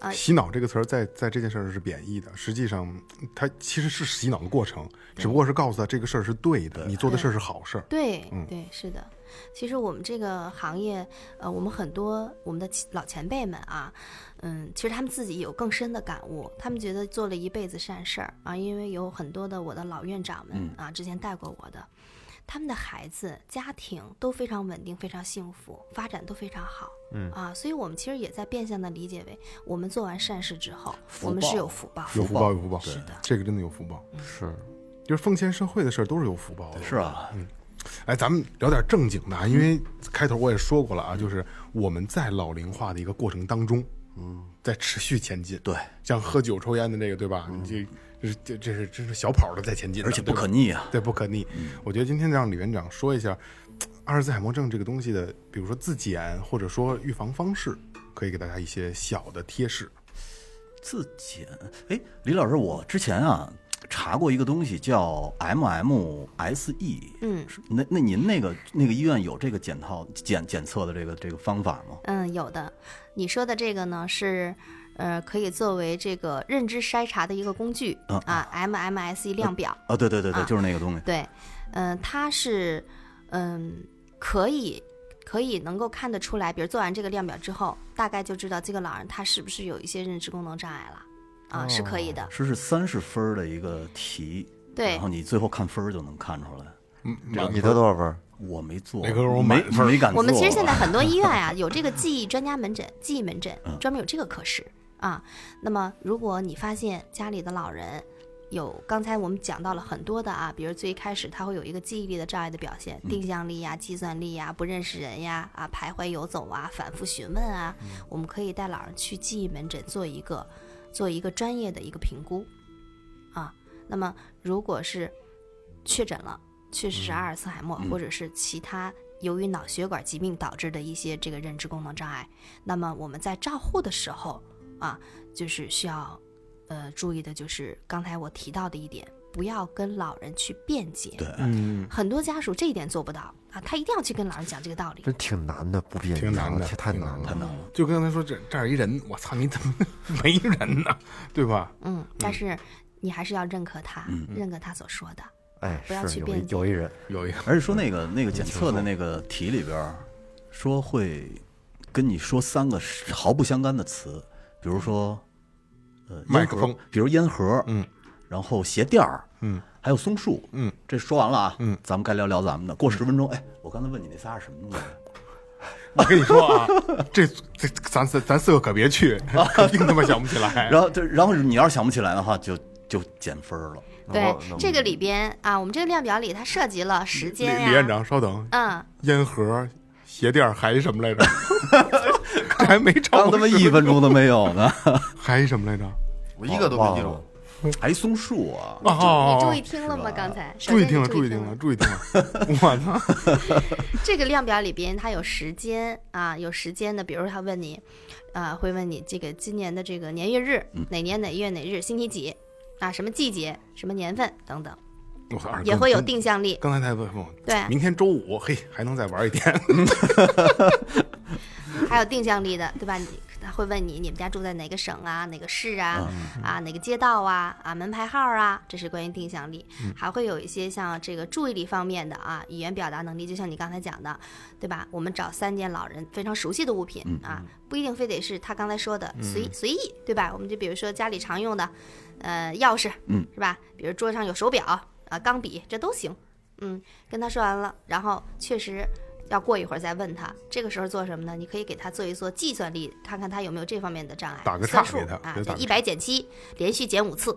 Speaker 7: 呃
Speaker 3: 洗脑这个词儿在在这件事儿是贬义的，实际上它其实是洗脑的过程，只不过是告诉他这个事儿是对的，你做的事儿是好事儿。嗯
Speaker 7: 对对，是的。其实我们这个行业，呃，我们很多我们的前老前辈们啊，嗯，其实他们自己有更深的感悟，他们觉得做了一辈子善事儿啊，因为有很多的我的老院长
Speaker 3: 嗯
Speaker 7: 们啊，之前带过我的，他们的孩子家庭都非常稳定，非常幸福，发展都非常好，嗯啊，所以我们其实也在变相的理解为，我们做完善事之后，我们是有福报，
Speaker 3: 有福报，有福报，
Speaker 7: 是的，
Speaker 3: 这个真的有福报，
Speaker 5: 是
Speaker 3: 就是奉献社会的事儿都是有福报的。
Speaker 6: 是啊，
Speaker 3: 哎，咱们聊点正经的啊，因为开头我也说过了啊，就是我们在老龄化的一个过程当中，嗯，在持续前进。
Speaker 6: 对，嗯
Speaker 3: 像喝酒抽烟的那个，对吧？你这这是这这是这是小跑的在前进的，
Speaker 6: 而且
Speaker 3: 对
Speaker 6: 不
Speaker 3: 吧
Speaker 6: 可逆啊。
Speaker 3: 对不可逆。我觉得今天让李院长说一下阿尔兹海默症这个东西的，比如说自检或者说预防方式，可以给大家一些小的贴士。
Speaker 6: 自检，哎，李老师，我之前啊查过一个东西叫 MMSE，
Speaker 7: 嗯
Speaker 6: E，是，那那您那个那个医院有这个检套检检测的这个这个方法吗？
Speaker 7: 嗯，有的。你说的这个呢是，呃，可以作为这个认知筛查的一个工具
Speaker 6: 啊
Speaker 7: 啊，MMSE 量表。
Speaker 6: 啊，对对对对，
Speaker 7: 啊
Speaker 6: 就是那个东西。
Speaker 7: 对，嗯、它是，嗯、可以可以能够看得出来，比如做完这个量表之后，大概就知道这个老人他是不是有一些认知功能障碍了。啊，是可以的，
Speaker 6: 是是三十分儿的一个题，
Speaker 7: 对
Speaker 6: 然后你最后看分儿就能看出来。
Speaker 3: 嗯，
Speaker 5: 你你得多少分？
Speaker 6: 我没做，
Speaker 3: 那个我
Speaker 6: 没
Speaker 3: 满分儿
Speaker 6: 没敢做。
Speaker 7: 我们其实现在很多医院啊，有这个记忆专家门诊、记忆门诊，专门有这个科室啊。那么，如果你发现家里的老人有刚才我们讲到了很多的啊，比如最开始他会有一个记忆力的障碍的表现，定向力呀、计算力呀、不认识人呀、啊徘徊游走啊、反复询问啊，我们可以带老人去记忆门诊做一个做一个专业的一个评估啊。那么如果是确诊了，确
Speaker 3: 嗯
Speaker 7: 实是阿尔茨海默、或者是其他由于脑血管疾病导致的一些这个认知功能障碍，那么我们在照护的时候啊，就是需要呃注意的，就是刚才我提到的一点，不要跟老人去辩解。对，嗯，很多家属这一点做不到啊，他一定要去跟老人讲这个道理。
Speaker 5: 真挺难的，不变
Speaker 3: 挺难的
Speaker 5: 太
Speaker 3: 挺
Speaker 5: 难
Speaker 3: 难的
Speaker 5: 了。
Speaker 3: 就跟他说这这儿一人，我操，你怎么 没人呢？对吧？
Speaker 7: 嗯，但是你还是要认可他，
Speaker 3: 嗯
Speaker 7: 认可他所说的。
Speaker 5: 哎，
Speaker 7: 不要
Speaker 5: 是
Speaker 7: 去
Speaker 5: 有
Speaker 7: 辩
Speaker 5: 一
Speaker 7: 解
Speaker 5: 有一人，
Speaker 3: 有一个
Speaker 6: 而且说那个那个检测的那个题里边儿说会跟你说三个毫不相干的词，比如说呃
Speaker 3: 麦
Speaker 6: 烟
Speaker 3: 克
Speaker 6: 盒
Speaker 3: 风
Speaker 6: 比如烟盒，嗯，然后鞋垫儿，
Speaker 3: 嗯，
Speaker 6: 还有松树，
Speaker 3: 嗯，
Speaker 6: 这说完了啊，
Speaker 3: 嗯，
Speaker 6: 咱们该聊聊咱们的。过十分钟，哎，我刚才问你那仨是什么东西？
Speaker 3: 我跟你说 啊，这这咱四咱四个可别 去，肯定他妈想不起来。
Speaker 6: 然后对，然后你要是想不起来的话，就就减分儿了。
Speaker 7: 对，这个里边啊，我们这个量表里它涉及了时
Speaker 3: 李
Speaker 7: 间呀、
Speaker 3: 李院长，稍等，
Speaker 7: 嗯，
Speaker 3: 烟盒、鞋垫儿还一什么来着？这还没超
Speaker 6: 刚他妈一分钟都没有 呢，
Speaker 3: 还一什么来着？
Speaker 4: 我一个都没记住。
Speaker 6: 还松树啊，
Speaker 3: 哦
Speaker 7: 你注
Speaker 3: 哦
Speaker 7: 意，听了吗？刚才
Speaker 3: 注意听了，
Speaker 7: 了，
Speaker 3: 注意
Speaker 7: 听
Speaker 3: 听了，。注意听了，我操！
Speaker 7: 这个量表里边它有时间啊，有时间的，比如他问你，啊，会问你这个今年的这个年月日，
Speaker 3: 嗯
Speaker 7: 哪年哪月哪日，星期几啊，什么季节，什么年份等等，
Speaker 3: 我操，二哥
Speaker 7: 也会有
Speaker 3: 真
Speaker 7: 定向力。
Speaker 3: 刚才才问我，
Speaker 7: 对
Speaker 3: 明天周五，嘿，还能再玩一天。
Speaker 7: 还有定向力的，对吧？你他会问你，你们家住在哪个省啊，哪个市
Speaker 3: 嗯
Speaker 7: 啊，啊，哪个街道啊，啊，门牌号啊，这是关于定向力。
Speaker 3: 嗯
Speaker 7: 还会有一些像这个注意力方面的啊，语言表达能力，就像你刚才讲的，对吧？我们找三件老人非常熟悉的物品
Speaker 3: 嗯
Speaker 7: 啊，不一定非得是他刚才说的随意随意，对吧？我们就比如说家里常用的，呃，钥匙，
Speaker 6: 嗯，
Speaker 7: 是吧？比如桌上有手表啊，钢笔，这都行。嗯，跟他说完了，然后确实要过一会儿再问他。这个时候做什么呢？你可以给他做一做计算力，看看他有没有这方面的障碍。
Speaker 3: 打个
Speaker 7: 算
Speaker 3: 叉
Speaker 7: 数
Speaker 3: 给他
Speaker 7: 啊
Speaker 3: 给，他打
Speaker 7: 一
Speaker 3: 个
Speaker 7: 百减七，连续减五次。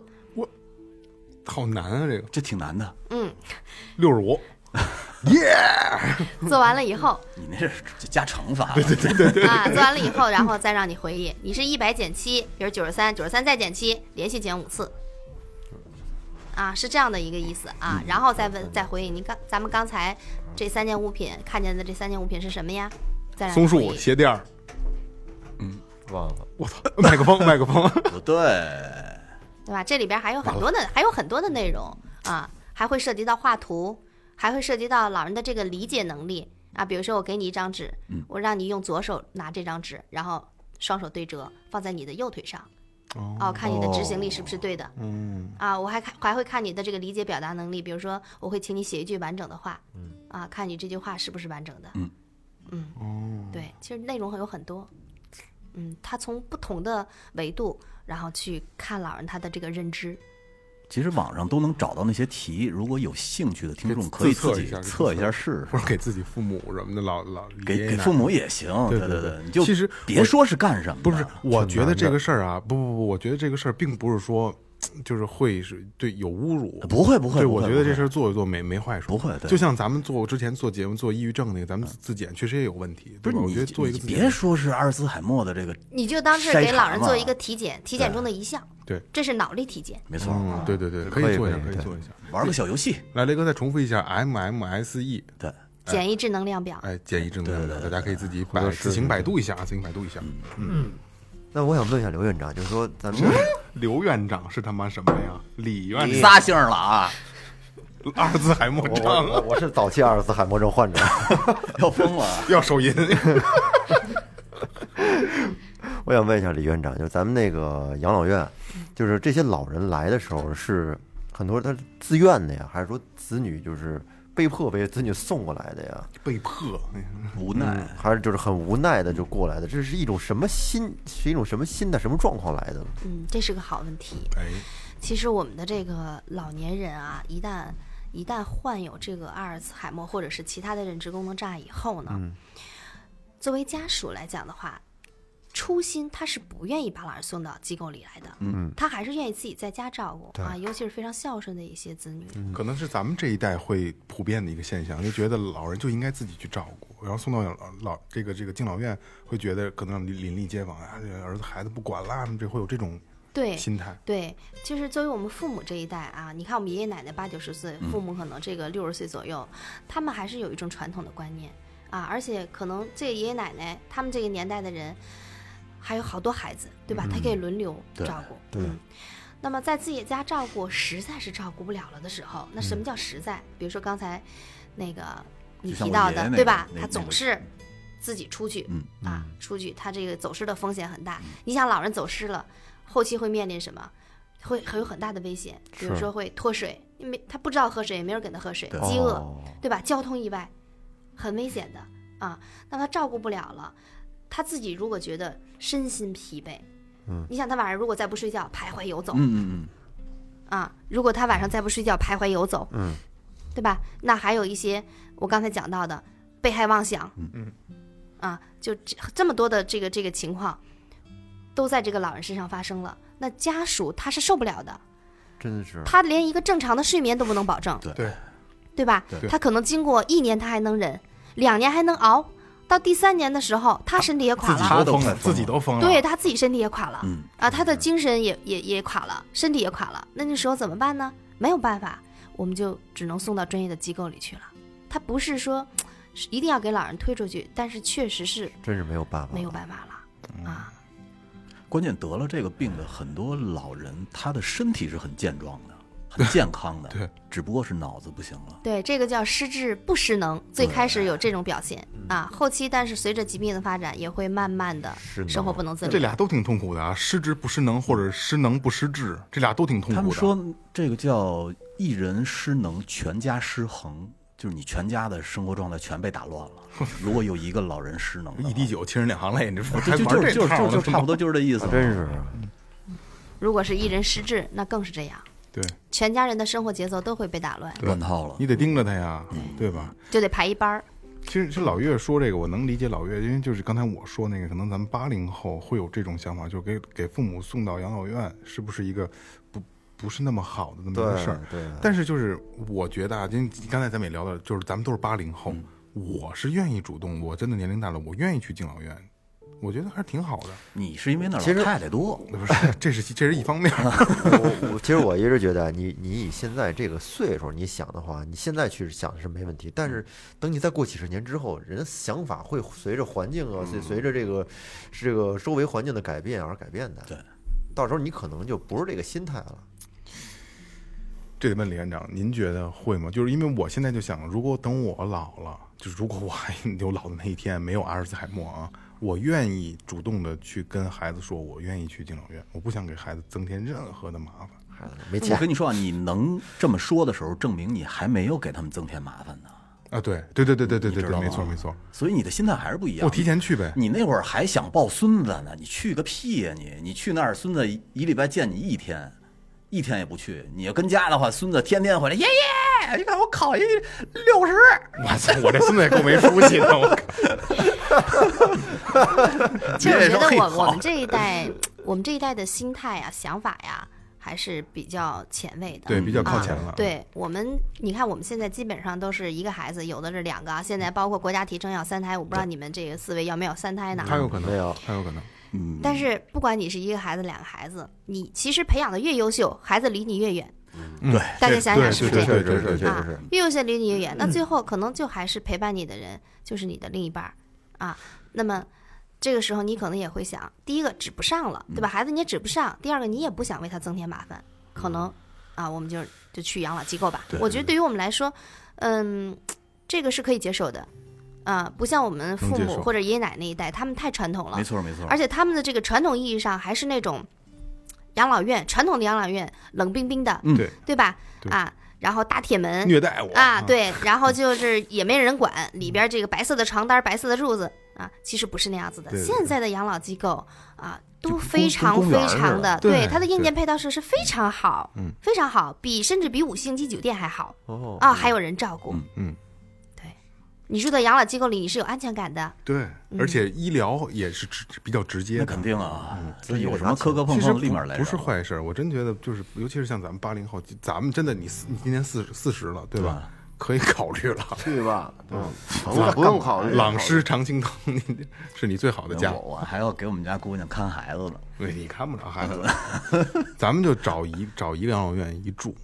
Speaker 3: 好难啊，这个
Speaker 6: 这挺难的。
Speaker 7: 嗯，
Speaker 3: 六十五，
Speaker 7: 做完了以后
Speaker 6: 你那是加乘法，对对对，
Speaker 7: 啊，做完了以后，然后再让你回忆，你是一百减七，比如九十三，九十三再减七，连续减五次。啊，是这样的一个意思
Speaker 3: 嗯
Speaker 7: 啊，然后再问再回忆，你刚咱们刚才这三件物品看见的这三件物品是什么呀？再让你
Speaker 3: 松
Speaker 7: 回
Speaker 3: 树、
Speaker 7: 忆
Speaker 3: 鞋垫儿，
Speaker 6: 嗯
Speaker 5: 忘了
Speaker 3: 我操，麦克风，麦克风。
Speaker 6: 不对？
Speaker 7: 对吧？这里边还
Speaker 3: 哦
Speaker 7: 有很多的，还有很多的内容
Speaker 3: 嗯
Speaker 7: 啊，还会涉及到画图，还会涉及到老人的这个理解能力啊。比如说，我给你一张纸，
Speaker 3: 嗯
Speaker 7: 我让你用左手拿这张纸，然后双手对折放在你的右腿上，
Speaker 3: 哦
Speaker 7: 啊，我看你的执行力是不是对的
Speaker 3: 嗯，
Speaker 7: 啊？我还看还会看你的这个理解表达能力，比如说，我会请你写一句完整的话，
Speaker 3: 嗯
Speaker 7: 啊，看你这句话是不是完整的，
Speaker 6: 嗯
Speaker 3: 哦
Speaker 7: 嗯，对，其实内容有很多。嗯，他从不同的维度，然后去看老人他的这个认知，
Speaker 6: 其实网上都能找到那些题，如果有兴趣的听众可以自己测一下试
Speaker 3: 或
Speaker 6: 试，
Speaker 3: 者给自己父母什么的，老老爷
Speaker 6: 给
Speaker 3: 爷
Speaker 6: 给
Speaker 3: 奶
Speaker 6: 父
Speaker 3: 奶
Speaker 6: 母也行。
Speaker 3: 对
Speaker 6: 对
Speaker 3: 对
Speaker 6: 对，
Speaker 3: 对
Speaker 6: 你就
Speaker 3: 其实
Speaker 6: 别
Speaker 3: 我
Speaker 6: 说是干什么的，
Speaker 3: 不是，我觉得这个事儿啊，不不不，我觉得这个事儿并不是说，就是会是对有侮辱，
Speaker 6: 不会不会
Speaker 3: 对，
Speaker 6: 不会
Speaker 3: 我觉
Speaker 6: 不
Speaker 3: 得
Speaker 6: 会
Speaker 3: 这事儿做一做没没坏处，
Speaker 6: 不会对嗯
Speaker 3: 就像咱们做之前做节目做抑郁症那个，咱们自自检确实也有问题，
Speaker 6: 不
Speaker 3: 对
Speaker 6: 是
Speaker 3: 吧？我
Speaker 6: 你
Speaker 3: 觉得做一个
Speaker 6: 你
Speaker 3: 自
Speaker 6: 别
Speaker 3: 检，
Speaker 6: 说是阿尔兹海默的这个，
Speaker 7: 你就当是
Speaker 6: 筛
Speaker 7: 给
Speaker 6: 查
Speaker 7: 老人做
Speaker 6: 嘛
Speaker 7: 一个体检，体检中的一项。
Speaker 3: 对，
Speaker 7: 这是脑力体检。
Speaker 6: 没错，
Speaker 3: 嗯，对对对，可
Speaker 5: 可以
Speaker 3: 以做一下，
Speaker 5: 可以
Speaker 3: 可以
Speaker 5: 对
Speaker 3: 做一下。
Speaker 6: 玩个小游戏，
Speaker 3: 来，雷哥再重复一下 MMSE，
Speaker 6: 对，
Speaker 7: 简易智能量表，
Speaker 3: E，哎，建议正能量，大家可以自己
Speaker 5: 或
Speaker 3: 百
Speaker 5: 者是
Speaker 3: 自行百度一下啊，自行百度一下。
Speaker 6: 嗯
Speaker 3: 嗯
Speaker 5: 那我想问一下刘院长，就是说咱们
Speaker 3: 刘院长是他妈什么呀？李院长，
Speaker 6: 仨姓儿了啊，
Speaker 3: 阿尔兹海默
Speaker 5: 我
Speaker 3: 症
Speaker 5: 我我是早期阿尔茨海默症患者，
Speaker 6: 要疯了。
Speaker 3: 要手淫，
Speaker 5: 我想问一下李院长，就是咱们那个养老院，就是这些老人来的时候是很多他是自愿的呀，还是说子女就是被迫被子女送过来的呀？
Speaker 3: 被迫。
Speaker 6: 无奈，
Speaker 5: 还是就是很无奈的就过来的？这是一种什么心？是一种什么心态？什么状况来的？
Speaker 7: 嗯，这是个好问题。
Speaker 3: 哎，
Speaker 7: 其实我们的这个老年人啊，一旦一旦患有这个阿尔茨海默或者是其他的认知功能障碍以后呢，作为家属来讲的话，初心他是不愿意把老人送到机构里来的，嗯，他还是愿意自己在家照顾啊，尤其是非常孝顺的一些子女，
Speaker 3: 可能是咱们这一代会普遍的一个现象，就觉得老人就应该自己去照顾，然后送到老老这个这个敬老院，会觉得可能邻邻里街坊啊，这儿子孩子不管啦，这会有这种
Speaker 7: 对，
Speaker 3: 心态。
Speaker 7: 对，就是作为我们父母这一代啊，你看我们爷爷奶奶八九十岁，父
Speaker 6: 嗯
Speaker 7: 母可能这个六十岁左右，他们还是有一种传统的观念啊，而且可能这爷爷奶奶他们这个年代的人，还有好多孩子，对吧？他可以
Speaker 6: 嗯
Speaker 7: 轮流照顾，
Speaker 5: 对
Speaker 7: 嗯。那么在自己家照顾实在是照顾不了了的时候，那什么叫实在？比如说刚才那个
Speaker 6: 嗯
Speaker 7: 你
Speaker 6: 就像
Speaker 7: 提
Speaker 6: 我
Speaker 7: 到
Speaker 6: 爷
Speaker 7: 的，
Speaker 6: 爷那
Speaker 7: 对
Speaker 6: 个
Speaker 7: 吧？
Speaker 6: 那
Speaker 7: 他
Speaker 6: 那
Speaker 7: 总
Speaker 6: 个
Speaker 7: 是自己出去，
Speaker 6: 嗯
Speaker 7: 啊，出去他这个走失的风险很大。你想老人走失了，后期会面临什么？会会有很大的危险，比如
Speaker 5: 是
Speaker 7: 说会脱水，因为他不知道喝水，也没人给他喝水，
Speaker 6: 对
Speaker 7: 饥饿，
Speaker 5: 哦
Speaker 7: 对吧？交通意外，很危险的啊。那他照顾不了了，他自己如果觉得身心疲惫，嗯，你想他晚上如果再不睡觉，徘徊游走，
Speaker 6: 嗯嗯
Speaker 7: 啊，如果他晚上再不睡觉，徘徊游走，嗯，对吧？那还有一些我刚才讲到的被害妄想，嗯啊，就这这么多的这个这个情况，都在这个老人身上发生了。那家属他是受不了的，
Speaker 5: 真是
Speaker 7: 他连一个正常的睡眠都不能保证，
Speaker 6: 对
Speaker 3: 对
Speaker 7: 对吧？
Speaker 6: 对
Speaker 7: 他可能经过一年他还能忍，两年还能熬，到第三年的时候，他身体也垮
Speaker 3: 啊自己
Speaker 7: 了，
Speaker 3: 都
Speaker 6: 都
Speaker 3: 疯了，
Speaker 6: 快疯了
Speaker 3: 自己都疯了。
Speaker 7: 对他自己身体也垮了，
Speaker 6: 嗯
Speaker 7: 啊，他的精神也也也垮了，身体也垮了。那那时候怎么办呢？没有办法，我们就只能送到专业的机构里去了。他不是说是一定要给老人推出去，但是确实是
Speaker 5: 真是没有办法，
Speaker 7: 没有办法了啊。
Speaker 6: 嗯，关键得了这个病的很多老人，他的身体是很健壮的，很健康的，
Speaker 3: 对，
Speaker 6: 只不过是脑子不行了。
Speaker 7: 对，这个叫失智不失能，最开始有这种表现啊，后期但是随着疾病的发展，也会慢慢的
Speaker 5: 失能
Speaker 7: 生活不能自理。
Speaker 3: 这俩都挺痛苦的啊，失职不失能，或者失能不失智，这俩都挺痛苦的。
Speaker 6: 他们说这个叫一人失能，全家失衡，就是你全家的生活状态全被打乱了。如果有一个老人失能的话，
Speaker 3: 一滴酒，亲人两行泪，你这还
Speaker 6: 啊就就
Speaker 3: 玩
Speaker 6: 就
Speaker 3: 这
Speaker 6: 就
Speaker 3: 套
Speaker 6: 就
Speaker 3: 呢
Speaker 6: 就差不多就是这意思
Speaker 5: 啊
Speaker 6: 嘛。
Speaker 5: 真是
Speaker 7: 如果是一人失智，那更是这样，
Speaker 3: 对，
Speaker 7: 全家人的生活节奏都会被打乱，
Speaker 6: 乱套了
Speaker 3: 你。得盯着他呀，对吧？
Speaker 7: 就得排一班儿。
Speaker 3: 其实，其实老岳说这个，我能理解老岳，因为就是刚才我说那个，可能咱们八零后会有这种想法，就给给父母送到养老院，是不是一个不不是那么好的那么一个事儿？
Speaker 5: 对，
Speaker 3: 但是就是我觉得啊，因为刚才咱们也聊到，就是咱们都是八零
Speaker 5: 嗯
Speaker 3: 后，我是愿意主动，我真的年龄大了，我愿意去敬老院，我觉得还是挺好的。
Speaker 6: 你是因为那
Speaker 5: 其实
Speaker 6: 老太太多，
Speaker 3: 不 是，这是这是一方面，
Speaker 5: 我我其实我一直觉得啊，你你以现在这个岁数，你想的话，你现在去想是没问题，但是等你再过几十年之后，人的想法会随着环境啊，随随着这个是这个周围环境的改变而改变的。
Speaker 6: 对，
Speaker 5: 到时候你可能就不是这个心态了。
Speaker 3: 这得问李院长，您觉得会吗？就是因为我现在就想，如果等我老了，就是如果我还 有老的那一天，没有阿尔茨海默啊，我愿意主动的去跟孩子说，我愿意去敬老院，我不想给孩子增添任何的麻烦。
Speaker 5: 孩子没
Speaker 6: 我
Speaker 5: 钱
Speaker 6: 跟，你说啊，你能这么说的时候，证明你还没有给他们增添麻烦呢。
Speaker 3: 啊，对，对对对对对对
Speaker 6: 你知
Speaker 3: 对，
Speaker 6: 道
Speaker 3: 没错
Speaker 6: 吗
Speaker 3: 没错，
Speaker 6: 所以你的心态还是不一样。
Speaker 3: 我提前去呗。
Speaker 6: 你那会儿还想抱孙子呢，你去个屁呀、你！你去那儿，孙子一一礼拜见你一天，一天也不去。你要跟家的话，孙子天天回来，爷爷，你看我考一六十，
Speaker 3: 我操，我这孙子也够没出息的， 我靠！
Speaker 7: 其实我觉
Speaker 6: 别
Speaker 7: 得
Speaker 6: 说
Speaker 7: 我我们这一代，我们这一代的心态呀、想法呀，还是比较前卫的。
Speaker 3: 对，比较靠前
Speaker 7: 啊
Speaker 3: 了。。
Speaker 7: 对我们，你看我们现在基本上都是一个孩子，有的是两个啊。现在包括国家提倡要三胎，我不知道你们这个四位要没有三胎呢啊。
Speaker 3: 他有可能，
Speaker 5: 没有
Speaker 3: 他有可能，
Speaker 7: 但是不管你是一个孩子、两个孩子，你其实培养的越优秀，孩子离你越远。
Speaker 3: 嗯
Speaker 6: 对
Speaker 7: 大家想想是不
Speaker 3: 对
Speaker 7: 是这
Speaker 3: 对
Speaker 7: 样
Speaker 3: 对对对对，
Speaker 7: 啊？越优秀离你越远，那最后可能就还是陪伴你的人就是你的另一半儿啊。那么这个时候你可能也会想，第一个指不上了，对吧？孩子你也指不上，第二个你也不想为他增添麻烦，可能啊，我们就就去养老机构吧。我觉得对于我们来说，嗯，这个是可以接受的。啊，不像我们父
Speaker 3: 能接
Speaker 7: 母
Speaker 3: 受
Speaker 7: 或者爷爷奶奶那一代，他们太传统了，
Speaker 6: 没错没错
Speaker 7: 啊而。且他们的这个传统意义上还是那种养老院，传统的养老院冷冰冰的，
Speaker 6: 嗯
Speaker 3: 对，
Speaker 7: 对吧？
Speaker 3: 对
Speaker 7: 啊，然后大铁门
Speaker 3: 虐待我
Speaker 7: 啊，，对，然后就是也没人管，里边这个白色的床单、白色的褥子啊，其实不是那样子的。
Speaker 3: 对对对
Speaker 7: 现在的养老机构啊，
Speaker 6: 就
Speaker 7: 都
Speaker 6: 跟
Speaker 7: 非常
Speaker 6: 公
Speaker 7: 非
Speaker 6: 园儿似
Speaker 7: 常的
Speaker 6: 的
Speaker 3: 对
Speaker 7: 它的硬
Speaker 3: 对
Speaker 7: 件配套设施非常好，
Speaker 3: 嗯，
Speaker 7: 非常好，比甚至比五星级酒店还好
Speaker 5: 哦
Speaker 7: 啊，还有人照顾，
Speaker 6: 嗯
Speaker 3: 嗯，
Speaker 7: 对，你住在养老机构里，你是有安全感的。
Speaker 3: 对，而且医疗也是直比较直接
Speaker 6: 那
Speaker 3: 的，
Speaker 6: 肯定啊，
Speaker 3: 嗯
Speaker 6: 这有什
Speaker 3: 拿
Speaker 6: 么磕磕碰
Speaker 3: 其实
Speaker 6: 碰立马来
Speaker 3: 不
Speaker 6: 人，
Speaker 3: 是坏事儿，我真觉得就是，尤其是像咱们八零后，咱们真的你四你今年四十四十了，对
Speaker 6: 啊
Speaker 3: 吧？可以考虑了。
Speaker 4: 去吧，嗯，房子不用考虑，
Speaker 3: 朗诗常青藤，你是你最好的家。
Speaker 6: 我我还要给我们家姑娘看孩子呢。
Speaker 3: 对，你看不着孩子， 咱们就找一找一个养老院一住。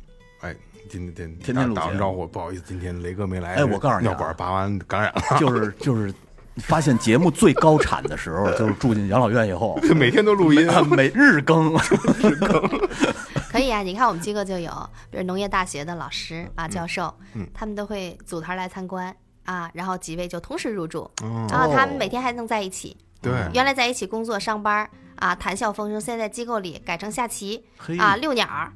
Speaker 3: 哎，今天
Speaker 6: 天天录
Speaker 3: 打打完
Speaker 6: 节目
Speaker 3: 招呼，不好意思，今天雷哥没来。
Speaker 6: 哎我告诉你啊
Speaker 3: 尿管拔完感染了，
Speaker 6: 就是就是，发现节目最高产的时候，就是住进养老院以 后，
Speaker 3: 每天都 录音。
Speaker 6: 每日 更。
Speaker 7: 可以啊，你看我们机构就有，比如农业大学的老师啊、教授，他们都会组团来参观啊，然后几位就同时入住，
Speaker 3: 哦
Speaker 7: 然后他们每天还能在一起，
Speaker 3: 嗯对，
Speaker 6: 嗯
Speaker 7: 原来在一起工作上班啊，谈笑风生，现在在机构里改成下棋
Speaker 6: 嘿嗯
Speaker 7: 啊、遛鸟儿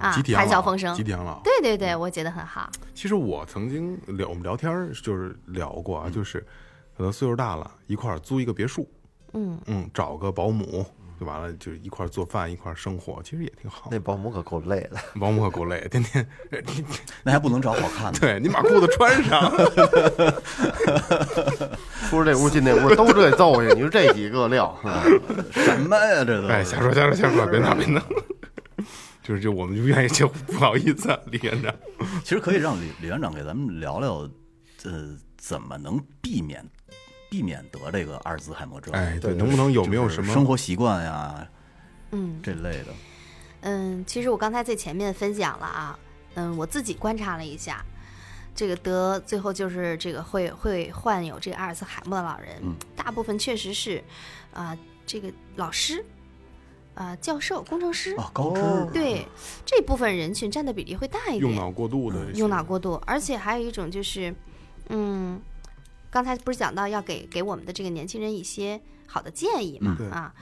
Speaker 7: 啊
Speaker 3: 集体，养
Speaker 7: 谈笑
Speaker 3: 老，
Speaker 7: 风生
Speaker 3: 集。体养
Speaker 6: 啊
Speaker 3: 老。
Speaker 7: 对对对，我觉得很好。
Speaker 3: 其实我曾经聊我们聊天儿就是聊过啊，就是可能岁数大了，一块儿租一个别墅，
Speaker 7: 嗯
Speaker 3: 嗯，找个保姆就完了，就是一块儿做饭，一块儿生活，其实也挺好
Speaker 5: 那。保姆可够累的，
Speaker 3: 保姆可够累，天天你
Speaker 6: 那还不能找好看 的，
Speaker 3: 对你把裤子穿上，
Speaker 4: 出这屋进那屋都这揍去，你说这几个料，嗯
Speaker 6: 什么呀？这都
Speaker 3: 哎，瞎说瞎说瞎说，别闹别闹。 就是就我们就愿意就不好意思、啊，李院长。
Speaker 6: 其实可以让李李院长给咱们聊聊，呃，怎么能避免避免得这个阿尔兹海默症？
Speaker 3: 哎，对，能不能有没有
Speaker 6: 就是
Speaker 3: 什么
Speaker 6: 生活习惯呀
Speaker 7: 嗯
Speaker 6: 这类的？
Speaker 7: 嗯，其实我刚才最前面分享了啊，嗯，我自己观察了一下，这个得最后就是这个会会患有这个阿尔茨海默的老人，
Speaker 6: 嗯
Speaker 7: 大部分确实是啊、这个老师啊、教授、工程师，
Speaker 6: 哦，高知
Speaker 7: 对这部分人群占的比例会大一点，
Speaker 3: 用脑过度的？
Speaker 7: 用脑过度，而且还有一种就是，嗯，刚才不是讲到要给给我们的这个年轻人一些好的建议嘛？
Speaker 3: 嗯对
Speaker 7: 啊，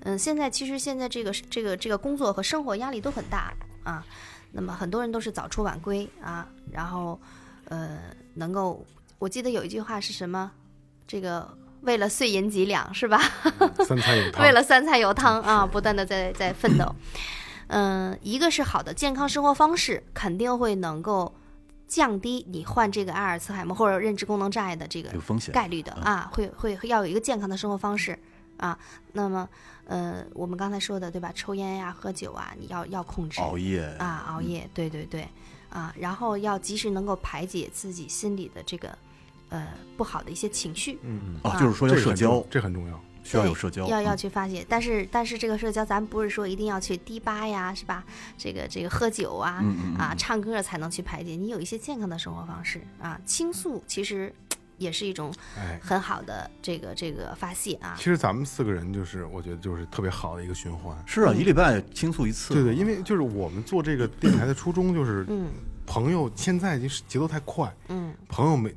Speaker 7: 嗯，现在其实现在这个这个这个工作和生活压力都很大啊，那么很多人都是早出晚归啊，然后呃，能够我记得有一句话是什么？这个为了碎银几两是吧？
Speaker 3: 三餐有汤，
Speaker 7: 为了三菜有汤啊，不断的在在奋斗。嗯，一个是好的健康生活方式，肯定会能够降低你患这个阿尔茨海默或者认知功能障碍的这个
Speaker 6: 有风险。嗯
Speaker 7: 概率的啊，会会会要有一个健康的生活方式啊。那么，呃，我们刚才说的对吧？抽烟呀、喝酒啊，你要要控制。
Speaker 6: 熬夜嗯
Speaker 7: 啊，熬夜，对对对，啊，然后要及时能够排解自己心里的这个呃不好的一些情绪，
Speaker 6: 哦，就是说要
Speaker 3: 嗯这个
Speaker 6: 社
Speaker 3: 很重
Speaker 6: 交，
Speaker 3: 这很重要。
Speaker 6: 需要
Speaker 7: 对
Speaker 6: 有社交，嗯
Speaker 7: 要要去发泄。但是但是这个社交，咱不是说一定要去迪吧呀，是吧？这个这个喝酒啊、
Speaker 6: 嗯嗯
Speaker 7: 啊，唱歌才能去排解。你有一些健康的生活方式啊，倾诉其实嘖也是一种
Speaker 3: 哎，
Speaker 7: 很好的这个这个发泄啊
Speaker 3: 其。实咱们四个人就是，我觉得就是特别好的一个循环。
Speaker 6: 是啊，一礼拜倾诉一次。
Speaker 3: 对对，因为就是我们做这个电台的初衷就是，
Speaker 7: 嗯
Speaker 3: 朋友现在就是节奏太快，
Speaker 7: 嗯，
Speaker 3: 朋友没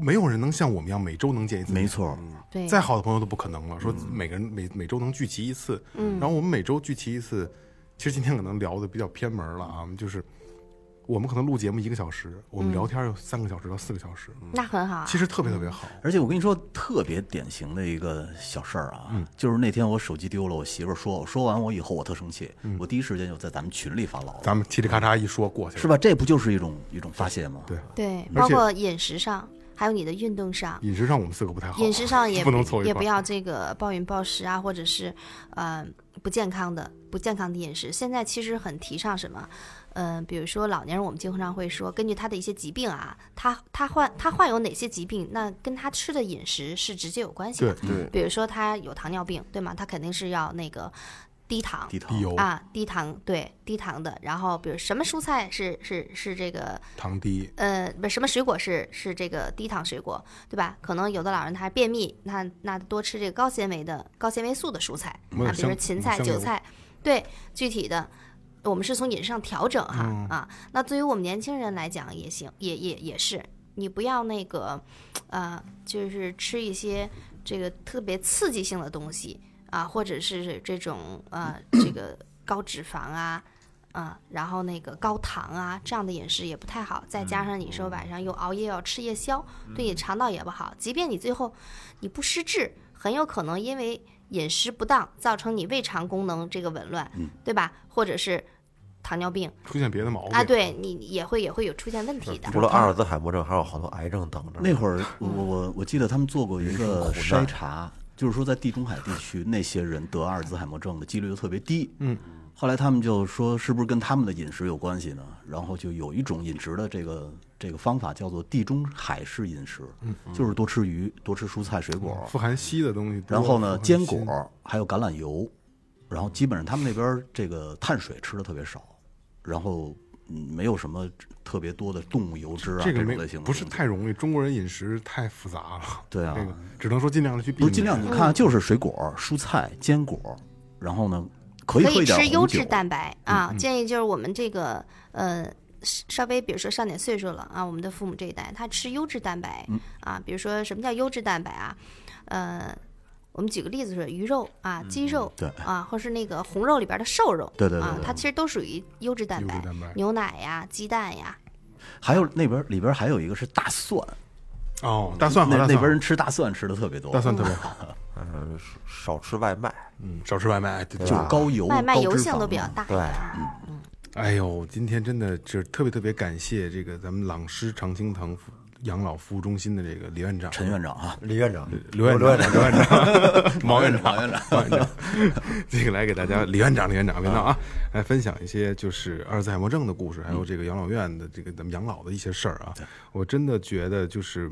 Speaker 3: 没有人能像我们一样每周能见一次，
Speaker 6: 没错，嗯
Speaker 7: 对，
Speaker 3: 再好的朋友都不可能了。说每个人每每周能聚齐一次，
Speaker 7: 嗯
Speaker 3: 然后我们每周聚齐一次，其实今天可能聊的比较偏门了啊，就是我们可能录节目一个小时，我们聊天有三个小时到四个小时，
Speaker 7: 那很嗯好啊。
Speaker 3: 其实特别特别好。
Speaker 6: 而且我跟你说，特别典型的一个小事儿啊，就是那天我手机丢了，我媳妇儿说我，说完我以后我特生气，我第一时间就在咱们群里发牢骚，
Speaker 3: 咱们嘁哩咔嚓一说过去了，
Speaker 6: 是吧？这不就是一种一种发泄吗？
Speaker 3: 对
Speaker 7: 对，
Speaker 3: 而
Speaker 7: 包
Speaker 3: 且
Speaker 7: 括饮食上，还有你的运动上。
Speaker 3: 饮食上我们四个不太好，啊
Speaker 7: 饮食上也
Speaker 3: 不能凑一块
Speaker 7: 也
Speaker 3: 儿
Speaker 7: 不要啊这个暴饮暴食啊，或者是呃不健康的不健康的饮食。现在其实很提倡什么？呃，比如说老年人，我们经常会说，根据他的一些疾病啊，他他患他患有哪些疾病，那跟他吃的饮食是直接有关系的。
Speaker 4: 对，
Speaker 7: 比如说他有糖尿病，对吗？他肯定是要那个低糖，
Speaker 6: 低头
Speaker 3: 低油、
Speaker 7: 啊，低糖，对，低糖的。然后比如什么蔬菜是是是这个
Speaker 3: 糖低，
Speaker 7: 呃，不，什么水果是是这个低糖水果，对吧？可能有的老人他还便秘，那那多吃这个高纤维的、高纤维素的蔬菜，
Speaker 3: 嗯
Speaker 7: 啊，比如说
Speaker 3: 像
Speaker 7: 芹菜、
Speaker 3: 像
Speaker 7: 韭
Speaker 3: 有
Speaker 7: 菜，对，具体的。我们是从饮食上调整哈、啊，那对于我们年轻人来讲也行，也也也是，你不要那个，呃，就是吃一些这个特别刺激性的东西啊，或者是这种呃这个高脂肪啊，啊，然后那个高糖啊，这样的饮食也不太好。再加上你说晚上又熬夜要吃夜宵，对你肠道也不好。即便你最后你不失智，很有可能因为饮食不当造成你胃肠功能这个紊乱，对吧？或者是糖尿病
Speaker 3: 出现别的毛病
Speaker 7: 啊，，对你也会也会有出现问题的。
Speaker 5: 除了阿尔兹海默症，还有好多癌症等着呢。
Speaker 6: 那会儿我我我记得他们做过一个筛查，就是说在地中海地区那些人得阿尔兹海默症的几率就特别低。嗯，后来他们就说是不是跟他们的饮食有关系呢？然后就有一种饮食的这个这个方法叫做地中海式饮食，就是多吃鱼、多吃蔬菜水果，
Speaker 3: 嗯富含硒的东西多。
Speaker 6: 然后呢
Speaker 3: 富含
Speaker 6: 坚
Speaker 3: 锌
Speaker 6: 果还有橄榄油，然后基本上他们那边儿这个碳水吃的特别少，然后嗯没有什么特别多的动物油脂啊
Speaker 3: 这个
Speaker 6: 种
Speaker 3: 没
Speaker 6: 类型的
Speaker 3: 不是
Speaker 6: 东西
Speaker 3: 太容易，中国人饮食太复杂了。
Speaker 6: 对啊
Speaker 3: 这个只能说尽量的去避
Speaker 6: 不
Speaker 3: 免。
Speaker 6: 是尽量你看就是水果、蔬菜、坚果，然后呢可以
Speaker 7: 可
Speaker 6: 喝
Speaker 7: 以
Speaker 6: 一点
Speaker 7: 吃优
Speaker 6: 红酒嗯
Speaker 7: 质，蛋白啊。建议就是我们这个呃，稍微比如说上点岁数了啊，我们的父母这一代，他吃优质蛋白
Speaker 6: 嗯
Speaker 7: 啊，比如说什么叫优质蛋白啊？呃，我们举个例子说，鱼肉啊、鸡肉
Speaker 6: 嗯对
Speaker 7: 啊，或是那个红肉里边的瘦肉，
Speaker 6: 对对对
Speaker 7: 啊，
Speaker 6: 对
Speaker 7: 它其实都属于优质蛋
Speaker 3: 优
Speaker 7: 白
Speaker 3: 质蛋白，
Speaker 7: 牛奶呀、鸡蛋呀，
Speaker 6: 还有那边里边还有一个是大蒜，
Speaker 3: 哦，大蒜和
Speaker 6: 那
Speaker 3: 大
Speaker 6: 那
Speaker 3: 蒜
Speaker 6: 边人吃大蒜吃的特别多，
Speaker 3: 大蒜特别好，
Speaker 5: 嗯，少吃外卖。
Speaker 3: 嗯少吃外卖。对
Speaker 6: 就是高油、
Speaker 7: 外卖
Speaker 6: 哦高
Speaker 7: 油
Speaker 6: 脂
Speaker 7: 性
Speaker 6: 肪啊
Speaker 7: 都比较
Speaker 6: 嘛
Speaker 7: 大。
Speaker 5: 对，啊
Speaker 3: 哎呦，今天真的就是特别特别感谢这个咱们朗诗常青藤服养老服务中心的这个李院长、
Speaker 6: 陈院长啊，
Speaker 5: 李院长，
Speaker 3: 刘院长、刘院 长、毛院
Speaker 6: 毛
Speaker 3: 长、
Speaker 6: 院长
Speaker 3: 毛院长， 这个来给大家李院长、李院长别闹啊，来分享一些就是阿尔兹海默症的故事，还有这个养老院的这个咱们养老的一些事儿啊。我真的觉得就是，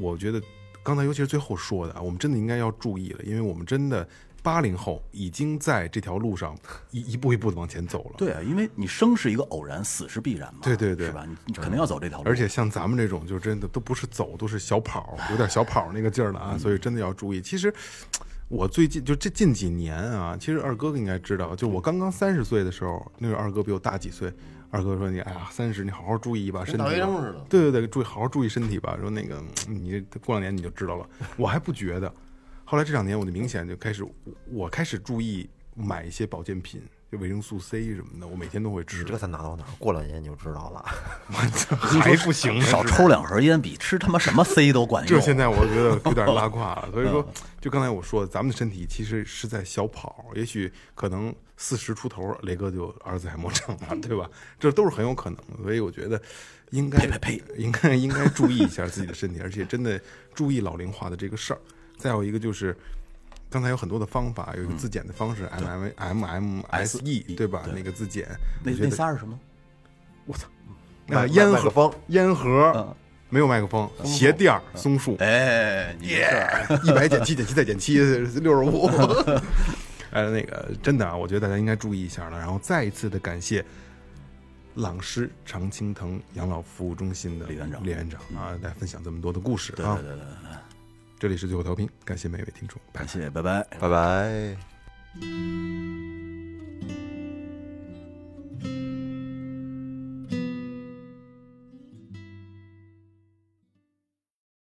Speaker 3: 我觉得刚才尤其是最后说的啊，我们真的应该要注意了，因为我们真的八零后已经在这条路上一一步一步的往前走了。
Speaker 6: 对啊，因为你生是一个偶然，死是必然嘛，
Speaker 3: 对对对
Speaker 6: 是吧？你你肯定要走这条路，
Speaker 3: 而且像咱们这种，就真的都不是走，都是小跑，有点小跑那个劲儿了啊，
Speaker 4: 嗯
Speaker 3: 所以真的要注意。其实我最近就这近几年啊，其实二哥应该知道，就我刚刚三十岁的时候，那个二哥比我大几岁，二哥说你哎呀三十，你好好注意吧，身体
Speaker 4: 大学
Speaker 3: 吧
Speaker 4: 生似的
Speaker 3: 对对对，注意好好注意身体吧。说那个嗯你过两年你就知道 了，我还不觉得。后来这两年我就明显就开始，我我开始注意买一些保健品，就维生素 C 什么的，我每天都会吃
Speaker 5: 这。才哪到哪儿，过两年你就知道了。
Speaker 3: 还不行呢，
Speaker 6: 少抽两盒烟比吃他妈什么 C 都管用。
Speaker 3: 这现在我觉得有点拉胯了。所以说，就刚才我说，咱们的身体其实是在小跑，也许可能四十出头，雷哥就阿尔兹海默症了，对吧？这都是很有可能的。所以我觉得应该
Speaker 6: 呸呸
Speaker 3: 应该应该注意一下自己的身体，而且真的注意老龄化的这个事儿。再有一个就是。刚才有很多的方法，有一个自检的方式，M M M M 嗯 S E，对吧？那个自检，
Speaker 6: 那
Speaker 3: 我觉
Speaker 6: 那
Speaker 3: 得
Speaker 6: 仨是什么？
Speaker 3: 啊
Speaker 5: 麦
Speaker 3: 烟
Speaker 5: 麦克
Speaker 3: 盒
Speaker 5: 风，
Speaker 3: 烟盒没有麦克嗯风，嗯鞋垫儿松树，
Speaker 6: 哎，你这
Speaker 3: 一百减七减七再减七，六十 五。呃，那个真的啊，我觉得大家应该注意一下了。然后再一次的感谢朗诗常青藤养老服务中心的
Speaker 6: 李院长嗯
Speaker 3: 李院长啊，来分享这么多的故事
Speaker 6: 对
Speaker 3: 啊
Speaker 6: 对。对对，
Speaker 3: 这里是最后调频，感谢每位听众，拜拜
Speaker 6: 感。谢，拜拜。
Speaker 5: 拜拜。